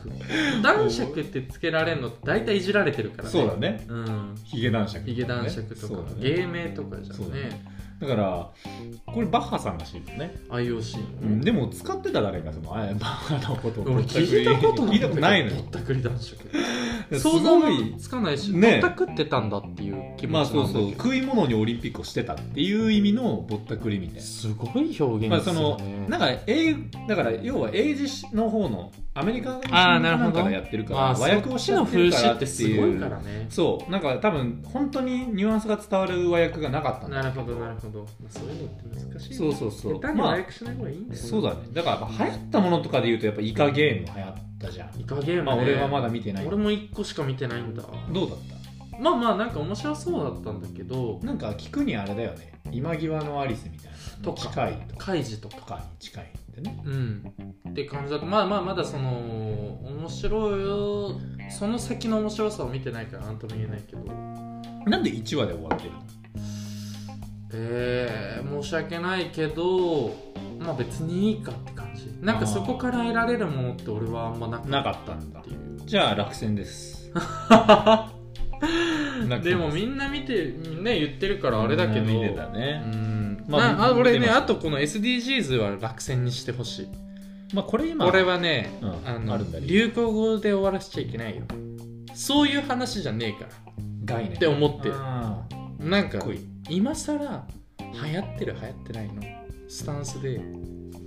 S1: 男爵ってつけられるのって大体いじられてるからね
S2: そうだね
S1: うん
S2: ヒゲ男爵とかね
S1: ヒゲ男爵と
S2: そ
S1: か、
S2: うだね
S1: 芸名とかじゃ
S2: そうんだ
S1: ね
S2: ねだからこれバッハさんらしいですね、
S1: IOC
S2: うんでも使ってた誰かそのあバッハのことを
S1: 俺聞いたことない
S2: 聞いたことないの
S1: ぼ
S2: よ
S1: ったくり男爵
S2: す
S1: 想像
S2: ご
S1: も
S2: い
S1: つかないし、
S2: ね
S1: ぼったくってたんだっていう気
S2: ま
S1: 持
S2: あ
S1: ち
S2: そ
S1: な
S2: う
S1: だ
S2: ん
S1: けど、
S2: そう食い物にオリンピックをしてたっていう意味のぼったくりみたいな
S1: すごい表
S2: まあ
S1: 現
S2: そ
S1: です
S2: の
S1: よね、
S2: なんか英だから要は英字の方のアメリカの
S1: あーなるほ
S2: なん
S1: ど
S2: からやってるから
S1: まあ
S2: 和訳をしちゃ
S1: そ
S2: っ
S1: っち
S2: て
S1: の風
S2: るか
S1: 刺
S2: ら
S1: っ
S2: っ
S1: てて
S2: い
S1: す
S2: う
S1: ごいからね
S2: そうなんか多分本当にニュアンスが伝わる和訳がなかったんだ
S1: なるほどなるほど、まあ、そういうのって難しいよね
S2: そうそうそう
S1: 下手に
S2: ま
S1: 和
S2: あ
S1: 訳しない方がいいんだよ、ね
S2: そうだねだからやっぱ流行ったものとかで言うとやっぱイカゲーム流行ったじゃん
S1: イカゲーム、ね、
S2: まあ俺はまだ見てない
S1: 俺も1個しか見てないんだ
S2: どうだっ
S1: まあまあなんか面白そうだったんだけど
S2: たなんか聞くにあれだよね今際のアリスみたいな
S1: とか
S2: 近いとか
S1: カイジと
S2: と
S1: か
S2: かに近いんでね
S1: うんって感じだとまあまあまだその面白いよその先の面白さを見てないからなんとも言えないけど
S2: なんで1話で終わってるの
S1: えー、申し訳ないけどまあ別にいいかって感じなんかそこから得られるものって俺はあんまなく
S2: なかったんだ
S1: っていう
S2: じゃあ落選です 落選す
S1: でもみんな見てね言ってるからあれだけど
S2: みんな見てた
S1: う
S2: ね、
S1: ん
S2: まあ
S1: なあ俺
S2: 見
S1: ね
S2: てます
S1: あとこの SDGs は落選にしてほしい
S2: まあこれ今
S1: 俺はね、
S2: うん
S1: あの
S2: あるんだ理由
S1: 流行語で終わらせちゃいけないよそういう話じゃねえか
S2: 概念
S1: って思ってる
S2: あ
S1: らなん
S2: ー
S1: か
S2: かっこいい
S1: 今更流行ってる流行ってないのスタンスで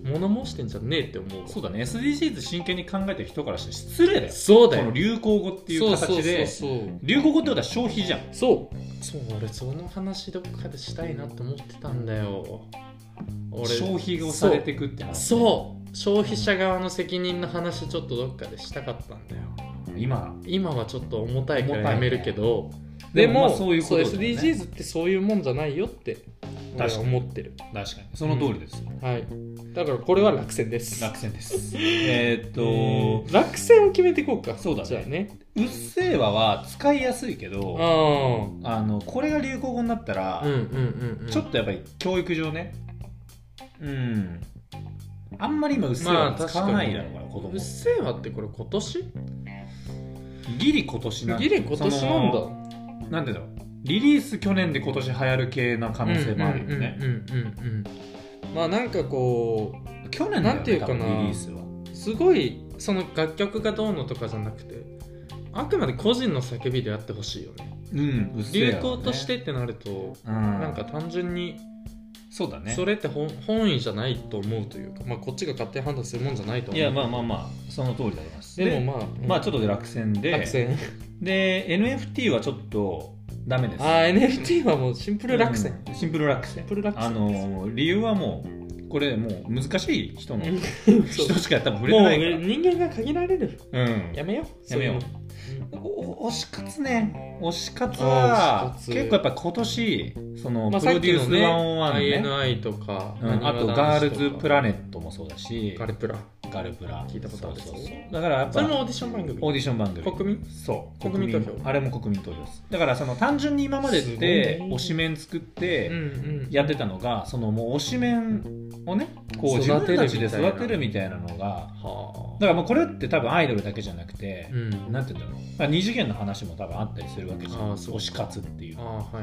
S1: 物申してんじゃねえって思うわ
S2: そうだね SDGs 真剣に考えてる人からして失礼だよ
S1: そうだ
S2: この
S1: よ
S2: 流行語っていう形で
S1: そうそう
S2: 流行語ってことは消費じゃん
S1: そうそうそう俺その話どっかでしたいなって思ってたんだよ俺
S2: 消費をされてくって話
S1: そう消費者側の責任の話ちょっとどっかでしたかったんだよ
S2: う今
S1: 今はちょっと重たいから
S2: 重たい
S1: やめるけど、
S2: で
S1: でも
S2: もまあそういうことだよね
S1: そう SDGs ってそういうもんじゃないよって俺は思ってる、
S2: 確かにその通りです、
S1: はい、だからこれは落選です
S2: 落選で すえーっ
S1: え
S2: と
S1: ー落選を決めていこうか
S2: そうだね
S1: じゃあね
S2: 「うっせぇわ」は使いやすいけ
S1: う
S2: ど
S1: ん
S2: あのこれが流行語になったら、
S1: うんうんうん
S2: ちょっとやっぱり教育上ねうんあんまり今「うっせぇ
S1: ま
S2: わ
S1: あ」
S2: 使わないだろうから子
S1: と
S2: 供
S1: うっせぇわってこれ今年
S2: ギリ今年なんだ
S1: ギリ今年なんだ
S2: そのなんていうのリリース去年で今年流行る系な可能性もあるよね、
S1: うんうんうんうんうんまあなんかこ
S2: 去年だよ、ね、
S1: なんていうかな
S2: 多分リリースは
S1: うすごいその楽曲がどうのとかじゃなくてあくまで個人の叫びであってほしいよね
S2: うんうっせぇ
S1: 流
S2: わね
S1: 行としてってなると
S2: うん
S1: なんか単純に
S2: そうだね
S1: それって本本意じゃないと思うというか、まあ、こっちが勝手に判断するもんじゃないと思う
S2: いやまあまあまあその通りであります
S1: で
S2: ま
S1: もまあ、
S2: あ、ちょっとで落選で
S1: 落選
S2: で NFT はちょっとダメです
S1: ああ NFT はもうシンプル落選、
S2: うんシンプル落選
S1: シンプル落選
S2: あのー理由はもうこれもう難しい人の
S1: うんそう
S2: 人しか多分触れ
S1: も
S2: て
S1: う
S2: ないから
S1: ね人間が限られる
S2: うん
S1: やめよう
S2: やめよう
S1: そういうの
S2: お推し活ね推し活
S1: あー
S2: は
S1: 推し活
S2: 結構やっぱ今年その
S1: うんまあ、
S2: プ
S1: さ
S2: ロ
S1: っ
S2: デ
S1: き
S2: ュー
S1: の
S2: ス
S1: ね
S2: 101のね
S1: INI とか、
S2: うんあとガールズプ
S1: ラ
S2: ラネットもそうだし
S1: ガルプラ
S2: ガガルプラ
S1: 聞いたことある
S2: そうそうそうだからやっぱ
S1: それもオーディション番組
S2: オーディション番組
S1: 国民
S2: そう
S1: 国民投票
S2: あれも国民投票ですだからその単純に今までっ
S1: すごい
S2: て
S1: ね
S2: 推しメン作って、
S1: ん
S2: やってたのがそのもう推しメンをねこう自
S1: 育てる
S2: 分た
S1: みた
S2: ち
S1: い
S2: で
S1: な
S2: 育てるみたいなのが
S1: は
S2: だからもうこれって多分アイドルだけじゃなくて
S1: あ、うん
S2: なんて言うんだろうだから二次元の話も多分あったりするわけじゃん
S1: あーそう
S2: 推し活っていう
S1: ああはいはい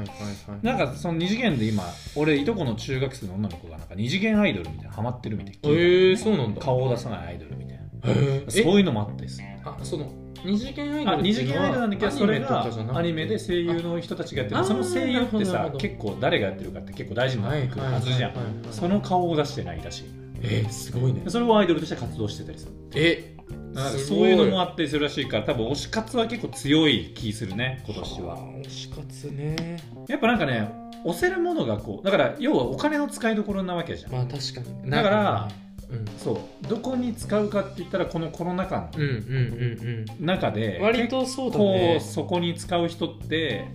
S1: はい
S2: なんかその二次元で今俺いとこの中学生の女の子がなんか二次元アイドルみたいなハマってるみたいな、
S1: えーそうなんだ
S2: 顔を出さないアイドルみたいな
S1: へー
S2: そ
S1: え
S2: ういうのもあったりする
S1: あその二次元アイドル
S2: あ
S1: って
S2: 二
S1: い
S2: 次
S1: うのは
S2: 元アイドルなんだけどそれが
S1: アニメとかじゃなくて
S2: アニメで声優の人たちがやって
S1: あ
S2: るその声優って
S1: あーなるほどなる
S2: さ
S1: ほど
S2: 結構誰がやってるかって結構大事になってくるはずじゃん
S1: はいはいはいはい
S2: その顔を出してないらしい
S1: えすごいね
S2: でそれをアイドルとして活動してたりする
S1: え
S2: なんかそういうのも
S1: あっ
S2: あったりするらしいから多分推し活は結構強い気するね今年は
S1: 推し活ね
S2: やっぱなんかね押せるものがこうだから要はお金の使いどころなわけじゃん
S1: まあ確かに
S2: だから
S1: うん
S2: そうどこに使うかって言ったらこのコロナ禍
S1: うんうんうん
S2: の中で
S1: うん割とそうだ
S2: こ
S1: ね
S2: うそこに使う人って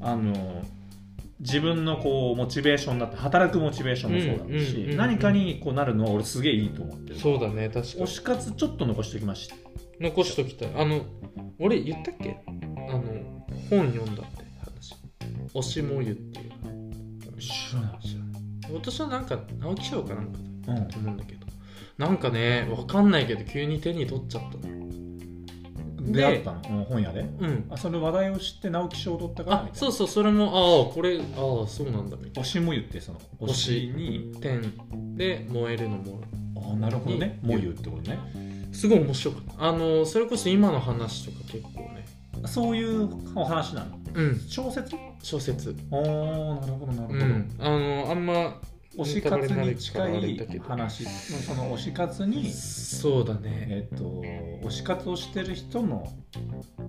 S2: あの自分のこうモチベーションだって働くモチベーションもそうだ
S1: うんうんうん
S2: し
S1: うん
S2: 何かにこうなるのは俺すげえいいと思ってる
S1: そうだね確か
S2: 推
S1: に
S2: し活ちょっと残しておきました
S1: 残しときたいあの俺言ったっけあの本読んだって話推しもゆっていう
S2: 知らない
S1: 知らない私はなんか直木賞かなんか
S2: うん
S1: だと思うんだけどなんかねわかんないけど急に手に取っちゃったので
S2: 出会ったのうん本屋で
S1: うん
S2: あその話題を知って直木賞を取ったから
S1: あ
S2: みたいな
S1: そうそうそれもああこれああそうなんだみたい
S2: 推しも言ってその
S1: 推
S2: 推
S1: し
S2: しに
S1: な点で燃えるのも
S2: あなるほどね
S1: に
S2: もう言うってことね
S1: すごい面白かったあのそれこそ今の話とか結構ね
S2: そういうお話なの
S1: うん
S2: 小説
S1: 小説
S2: おーなるほどなるほ
S1: う
S2: ど、
S1: んあのあんま
S2: 推し活に
S1: ネタ
S2: 近
S1: バレになる
S2: い
S1: からあれだ
S2: 話その推し活に、
S1: そうだね
S2: えっと推し活をしてる人の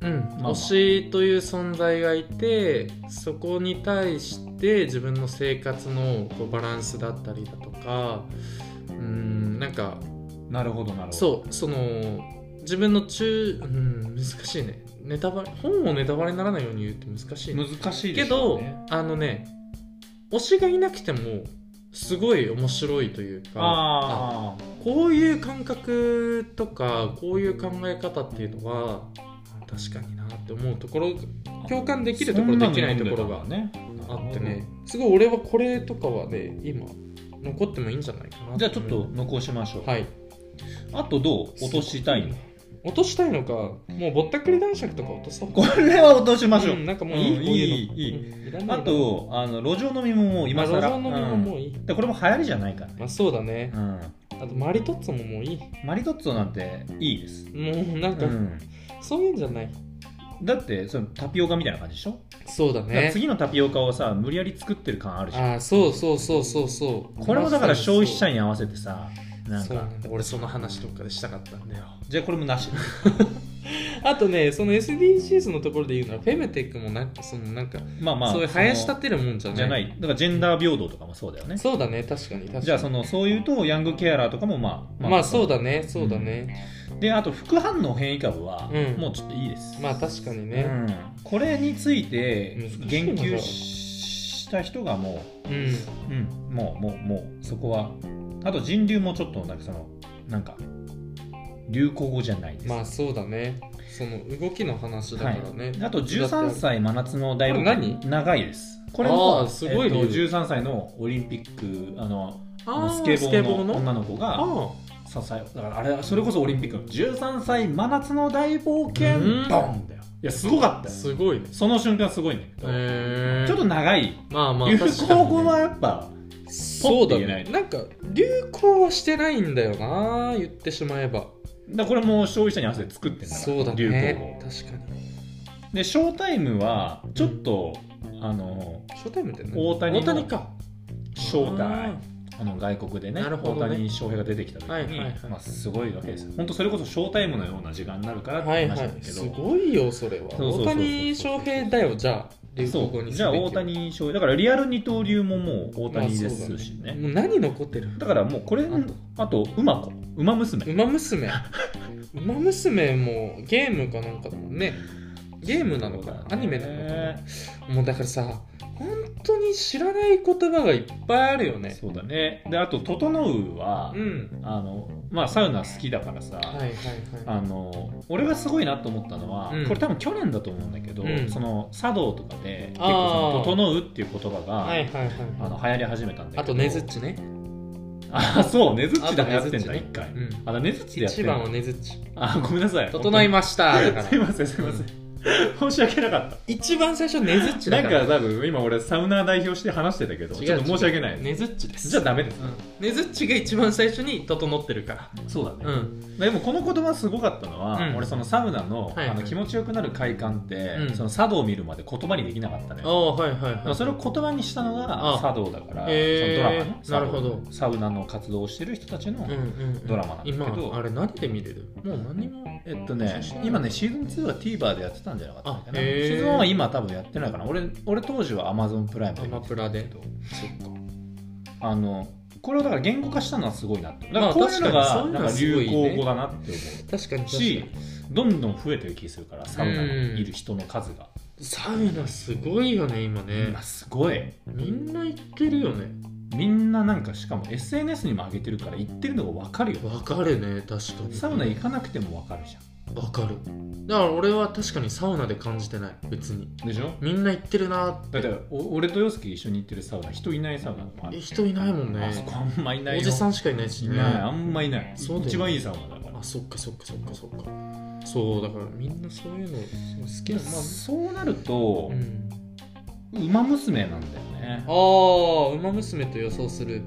S1: うん
S2: まあ
S1: 推しという存在がいてそこに対して自分の生活のこうバランスだったりだとかうんなんか
S2: なるほどなるほど
S1: そうその自分の中うん難しいねネタバレ本をネタバレにならないように言うって難しいね
S2: 難しい
S1: け
S2: です
S1: ど、
S2: よね
S1: あのね推しがいなくてもすごい面白いというか
S2: あ
S1: こういう感覚とかこういう考え方っていうのはあ確かになって思うところ
S2: あ
S1: 共感できるところできないところが
S2: ね
S1: あってねすごい俺はこれとかはね今残ってもいいんじゃないかな
S2: じゃあちょっ
S1: 思
S2: と残しましょ
S1: う
S2: う、
S1: はい
S2: あとどう落としたいの
S1: 落としたいのかもうぼったくり男爵とか落とそう
S2: これは落としましょう、
S1: んなんかもういい、
S2: うん
S1: こういうの
S2: いいいい
S1: うんいらない
S2: あとあの路上飲みももう今
S1: 今
S2: 更
S1: 更の実ももういい、
S2: うんでこれも流行りじゃないから
S1: ま
S2: ね
S1: あ、そうだね
S2: うん
S1: あとマリトッツォももういい
S2: マリトッツォなんていいです、
S1: もうなん
S2: う
S1: か、
S2: ん、
S1: そういうんじゃない
S2: だってそのタピオカみたいな感じでしょ
S1: そうだ
S2: だから
S1: ね
S2: 次のタピオカをさ無理やり作ってる感あるじゃん
S1: ああそうそうそうそうそう
S2: これもだから消費者
S1: に
S2: に合わせてさなん
S1: そうな
S2: か
S1: んだ俺その話どっかでしたかったんだよ
S2: じゃあこれもなし
S1: あとねその SDGs のところで言うのはフェムテックもなんかそのなんか、
S2: まあまあ
S1: そういう
S2: その
S1: 林立てるもんじゃない
S2: じゃないだからジェンダー平等とかもそうだよね
S1: そうだね確かに確かに
S2: じゃあそのそういうとヤングケアラーとかもまあ
S1: まあ、そうだねそうだね、
S2: であと副反応変異株は
S1: うん
S2: もうちょっといいです、
S1: まあ確かにね
S2: うんこれについて
S1: 難しいな
S2: 言及した人がも
S1: うん、
S2: う、うん、もうもうもうそこはあと人流もちょっとなんかそのなんか流行語じゃないです、
S1: まあそうだねその動きの話だからね、
S2: あと13歳真夏の大
S1: これ何
S2: 長いですこれ
S1: あ
S2: も
S1: ーすごい
S2: えっと
S1: 理由
S2: 13歳のオリンピックあの
S1: あー
S2: スケボーの
S1: あ
S2: 女の子が
S1: あ
S2: 支えだからあれそれこそオリンピックの13歳真夏の大冒険
S1: うん
S2: ドンだよいやすごかったよ
S1: すごいね
S2: その瞬間すごいんだけど、
S1: へえ
S2: ちょっと長い
S1: まあまあ
S2: 流
S1: 確かに
S2: 行語はやっぱ
S1: そうだ
S2: ポッて言えな
S1: ね
S2: い
S1: なんか流行はしてないんだよな言ってしまえば
S2: だからこれも消費者に合わせて作ってんだから
S1: そうだ
S2: 流行
S1: ね
S2: 語
S1: 確かに
S2: でショータイムはちょっと、あの
S1: ショータイムって何
S2: 大谷の
S1: 大谷か
S2: ショータイムあの外国でね
S1: なるほどね
S2: 大谷翔平が出てきた時に、
S1: はいはいはい
S2: まあ、すごいわけですよ本当それこそショータイムのような時間になるから
S1: あ
S2: っ
S1: ー
S2: て
S1: はい
S2: 話
S1: は
S2: なんだ
S1: い
S2: けど、
S1: すごいよそれは
S2: そうそうそうそう
S1: 大谷翔平だよじゃあ流行語
S2: そ
S1: にすべ
S2: う
S1: き
S2: じゃあ大谷翔平だからリアル二刀流ももう大谷で
S1: まあそう
S2: す
S1: だ
S2: しね,、
S1: もう何残ってる
S2: だからもうこれ
S1: あ
S2: あと馬子馬娘、
S1: 馬 娘馬娘もゲームかなんかだもんねゲームなのかなアニメなのかなもうだからさ本当に知らない言葉がいっぱいあるよね
S2: そうだねであと「整うは」
S1: うん
S2: あのまあサウナ好きだからさ、
S1: はいはいはい
S2: あの俺がすごいなと思ったのは、
S1: うん
S2: これ多分去年だと思うんだけど、
S1: うん
S2: その茶道とかで結構
S1: あー
S2: その「整う」っていう言葉が、
S1: はいはいはい
S2: あの流行り始めたんだけど
S1: あとねずっちね
S2: あそうねずっちで流行ってん
S1: あとねずっ
S2: だ
S1: ちね
S2: 一回
S1: うん
S2: あのねずっちでやって
S1: 一
S2: んだ
S1: 番はねずっち
S2: あごめんなさい
S1: 整い
S2: ま
S1: ましただ
S2: す
S1: か
S2: い
S1: ら
S2: ませんすいません申し訳なかった
S1: 一番最初ねずっち
S2: な
S1: だ
S2: ん
S1: か
S2: から多分今俺サウナー代表して話してたけどちょっと申し訳ない
S1: ねずっちです
S2: じゃあダメです
S1: うんねずっちが一番最初に整ってるか
S2: そうだね
S1: らうん
S2: でもこの言葉すごかったのは、
S1: うん
S2: 俺そのサウナの,、
S1: はいはい
S2: あの気持ちよくなる快感って、
S1: うん
S2: その茶道を見るまで言葉にできなかったね
S1: ああはいはい
S2: だから
S1: は
S2: それを言葉にしたの
S1: あ
S2: が茶道だから、
S1: へー
S2: そのドラマの茶道
S1: なるほど
S2: サウナの活動をしてる人たちの、
S1: いうんうんうん
S2: ドラマなんだけど
S1: 今あれ何で見れるもう何も
S2: えっとね今ねシーズン2は TVer でやってたんじゃなかったかな
S1: あ
S2: シ
S1: へー
S2: ーズン1は今多分やってないかな俺俺当時は Amazon プライム
S1: ア
S2: で
S1: マ
S2: 見
S1: プ
S2: て
S1: ラ
S2: た
S1: で
S2: けどあのこれをだから言語化したのはすごいなってだか
S1: まあ
S2: らこういうの
S1: 確かにそういうの
S2: がなん
S1: は
S2: か
S1: すごい
S2: 流
S1: ね
S2: 行語だなって思う
S1: 確かに確か
S2: し
S1: に
S2: どんどん増えてる気するからサウナにいる人の数が、
S1: サウナすごいよね今ね
S2: 今すごい
S1: みんな行ってるよね
S2: みんななんかしかも SNS にも上げてるから行ってるのが分かるよ
S1: わかるね確かに
S2: サウナ行かなくても分かるじゃ
S1: わかるだから俺は確かにサウナで感じてない別に
S2: んでしょ
S1: みんな行ってるな
S2: だってお俺と洋介一緒に行ってるサウナ人いないサウナもある
S1: え人いないもんね
S2: あそこあんまいない
S1: お
S2: よ
S1: じさんしかいないし
S2: い
S1: ね
S2: ないあんまいない
S1: そうだよね
S2: 一番いいサウナだから
S1: あそっかそっかそっかそっかそうだからみんなそういうの好き
S2: で
S1: な
S2: もまあそうなると
S1: まあ、うん、
S2: ウマ娘なんだよね
S1: ああウマ娘と予想する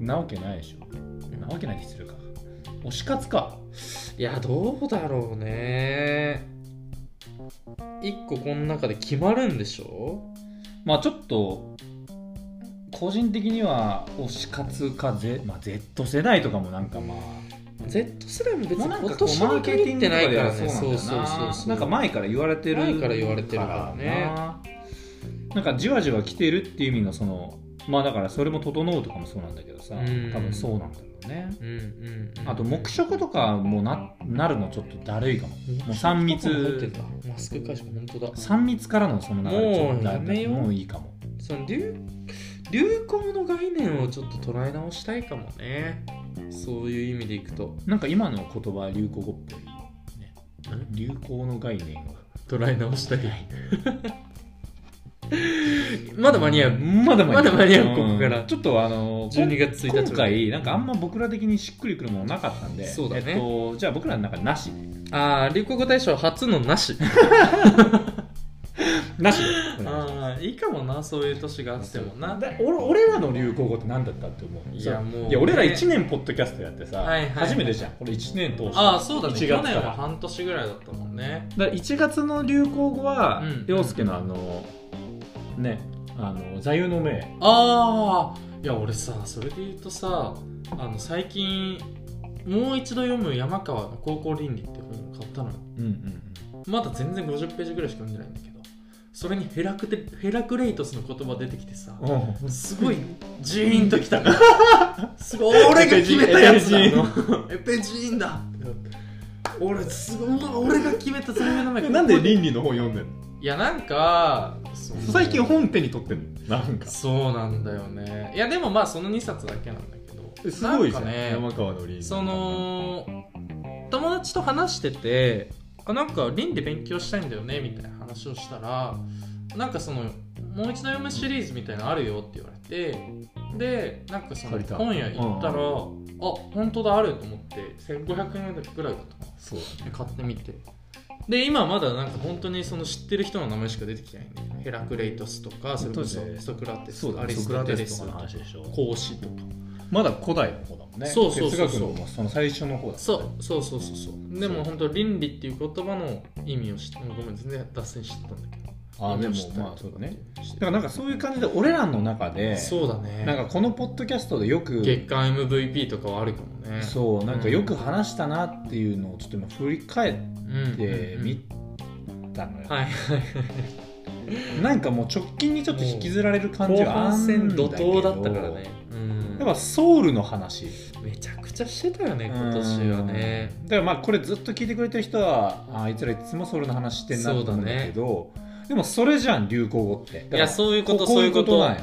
S2: なわけないでしょなわけないってするか推し活か
S1: いやどうだろうね一個この中で決まるんでしょ
S2: まあちょっと個人的には推し活か、Z まあ、Z 世代とかもなんかまあ
S1: Z 世代も別に
S2: なん
S1: 今
S2: かこ
S1: 年
S2: うマ
S1: に
S2: ーケ
S1: 限
S2: ティ
S1: っ
S2: ング
S1: て
S2: と
S1: な
S2: か
S1: い
S2: で
S1: か
S2: は
S1: ら
S2: そ
S1: ね
S2: うなんだ
S1: そうそうそう
S2: よな
S1: そう
S2: なんか前から言われてる
S1: 前から言われてるからね
S2: ななんかじわじわ来てるっていう意味のそのまあだからそれも整うとかもそうなんだけどさ
S1: うん
S2: 多分そうなんだろうね
S1: うんうんうん
S2: あと黙食とかもななるのちょっとだるいかももう三
S1: 三
S2: 密
S1: マスク解除本当だ
S2: 3密からのその流れちょっとだ
S1: もうやめよう
S2: もういいかも
S1: その流流行の概念をちょっと捉え直したいかもねそういう意味でいくと
S2: なんか今の言葉は流行語っぽいね流行の概念を
S1: 捉え直したい まだ間に合う
S2: まだ
S1: まだ間に合うここから
S2: んちょっとあの
S1: 12月1日
S2: 今回なんかあんま僕ら的にしっくりくるものなかったんで
S1: そうだね
S2: えっと、じゃあ僕らの中なしで
S1: ああ流行語大賞初のなし
S2: なしで
S1: ああいいかもなそういう年があってもな
S2: で俺俺らの流行語って何だったって思う
S1: い
S2: い
S1: やもうね
S2: いや俺ら1年ポッドキャストやってさ、
S1: はいはいはい
S2: 初めてじゃんこれ1年通して
S1: ああそうだね
S2: 1月
S1: 去
S2: から
S1: 年は半年ぐらいだったもんね
S2: だから1月の流行語は、
S1: うん
S2: 陽介のあのねあの座右の銘
S1: ああいや俺さそれで言うとさあの最近もう一度読む山川の高校倫理って本を買ったのよ
S2: うんうん
S1: まだ全然50ページぐらいしか読んでないんだけどそれにヘラクテヘラクレイトスの言葉出てきてさ
S2: うん
S1: すごいジーンときたすごい俺が決めたやつだ
S2: エペジ
S1: エペジーンだってなって俺すごい俺が決めたそれの前
S2: なんで倫理の本読んでんの
S1: いやなんかその
S2: 最近本手に取ってんのなんか
S1: そうなんだよねいやでもまあその2冊だけなんだけど
S2: すごいじゃん
S1: なんかね
S2: 山川の倫理
S1: その友達と話しててあなんか倫理勉強したいんだよねみたいな話をしたらなんかそのもう一度読むシリーズみたいなのあるよって言われてでなんかその
S2: 借りた
S1: 本屋行ったら、あ本当だあると思って1500円ぐらいだったかな
S2: そう
S1: で買ってみてで今まだなんか本当にその知ってる人の名前しか出てきてないんだけどヘラクレイトスとかそれこそ
S2: そうだね
S1: ソクラテス
S2: そう
S1: とか
S2: だ
S1: ア
S2: ね
S1: リ
S2: ソ
S1: ス
S2: クラ
S1: トテ
S2: テ
S1: レ
S2: ス
S1: ス
S2: と
S1: と
S2: かの
S1: か
S2: 話でしょ
S1: 孔子とか
S2: まだ古代の方だもんね
S1: そうそうそうそう
S2: 哲学のその最初の方だもんね
S1: そうそうそうそうそうでも本当倫理っていう言葉の意味を知ってもうごめん全然脱線してたんだけど
S2: あでも
S1: 知ったり
S2: まあそうだね
S1: し
S2: だ
S1: て
S2: からなんかそういう感じで俺らの中で
S1: そうだね
S2: なんかこのポッドキャストでよく
S1: 月間 MVP とかはあるかもね
S2: そうなんかよく話したなっていうのをちょっと今振り返って
S1: み
S2: みたのよ、
S1: はいはいはい
S2: なんかもう直近にちょっと引きずられる感じがあんだけど
S1: 後半戦怒涛だったからねうん
S2: やっぱソウルの話
S1: めちゃくちゃしてたよね今年はね
S2: だからまあこれずっと聞いてくれてる人はああいつらいつもソウルの話してんなと思うんだけどでもそれじゃん流行語ってだか
S1: い
S2: ら
S1: やそういうこと
S2: こ
S1: そういうこと
S2: こういう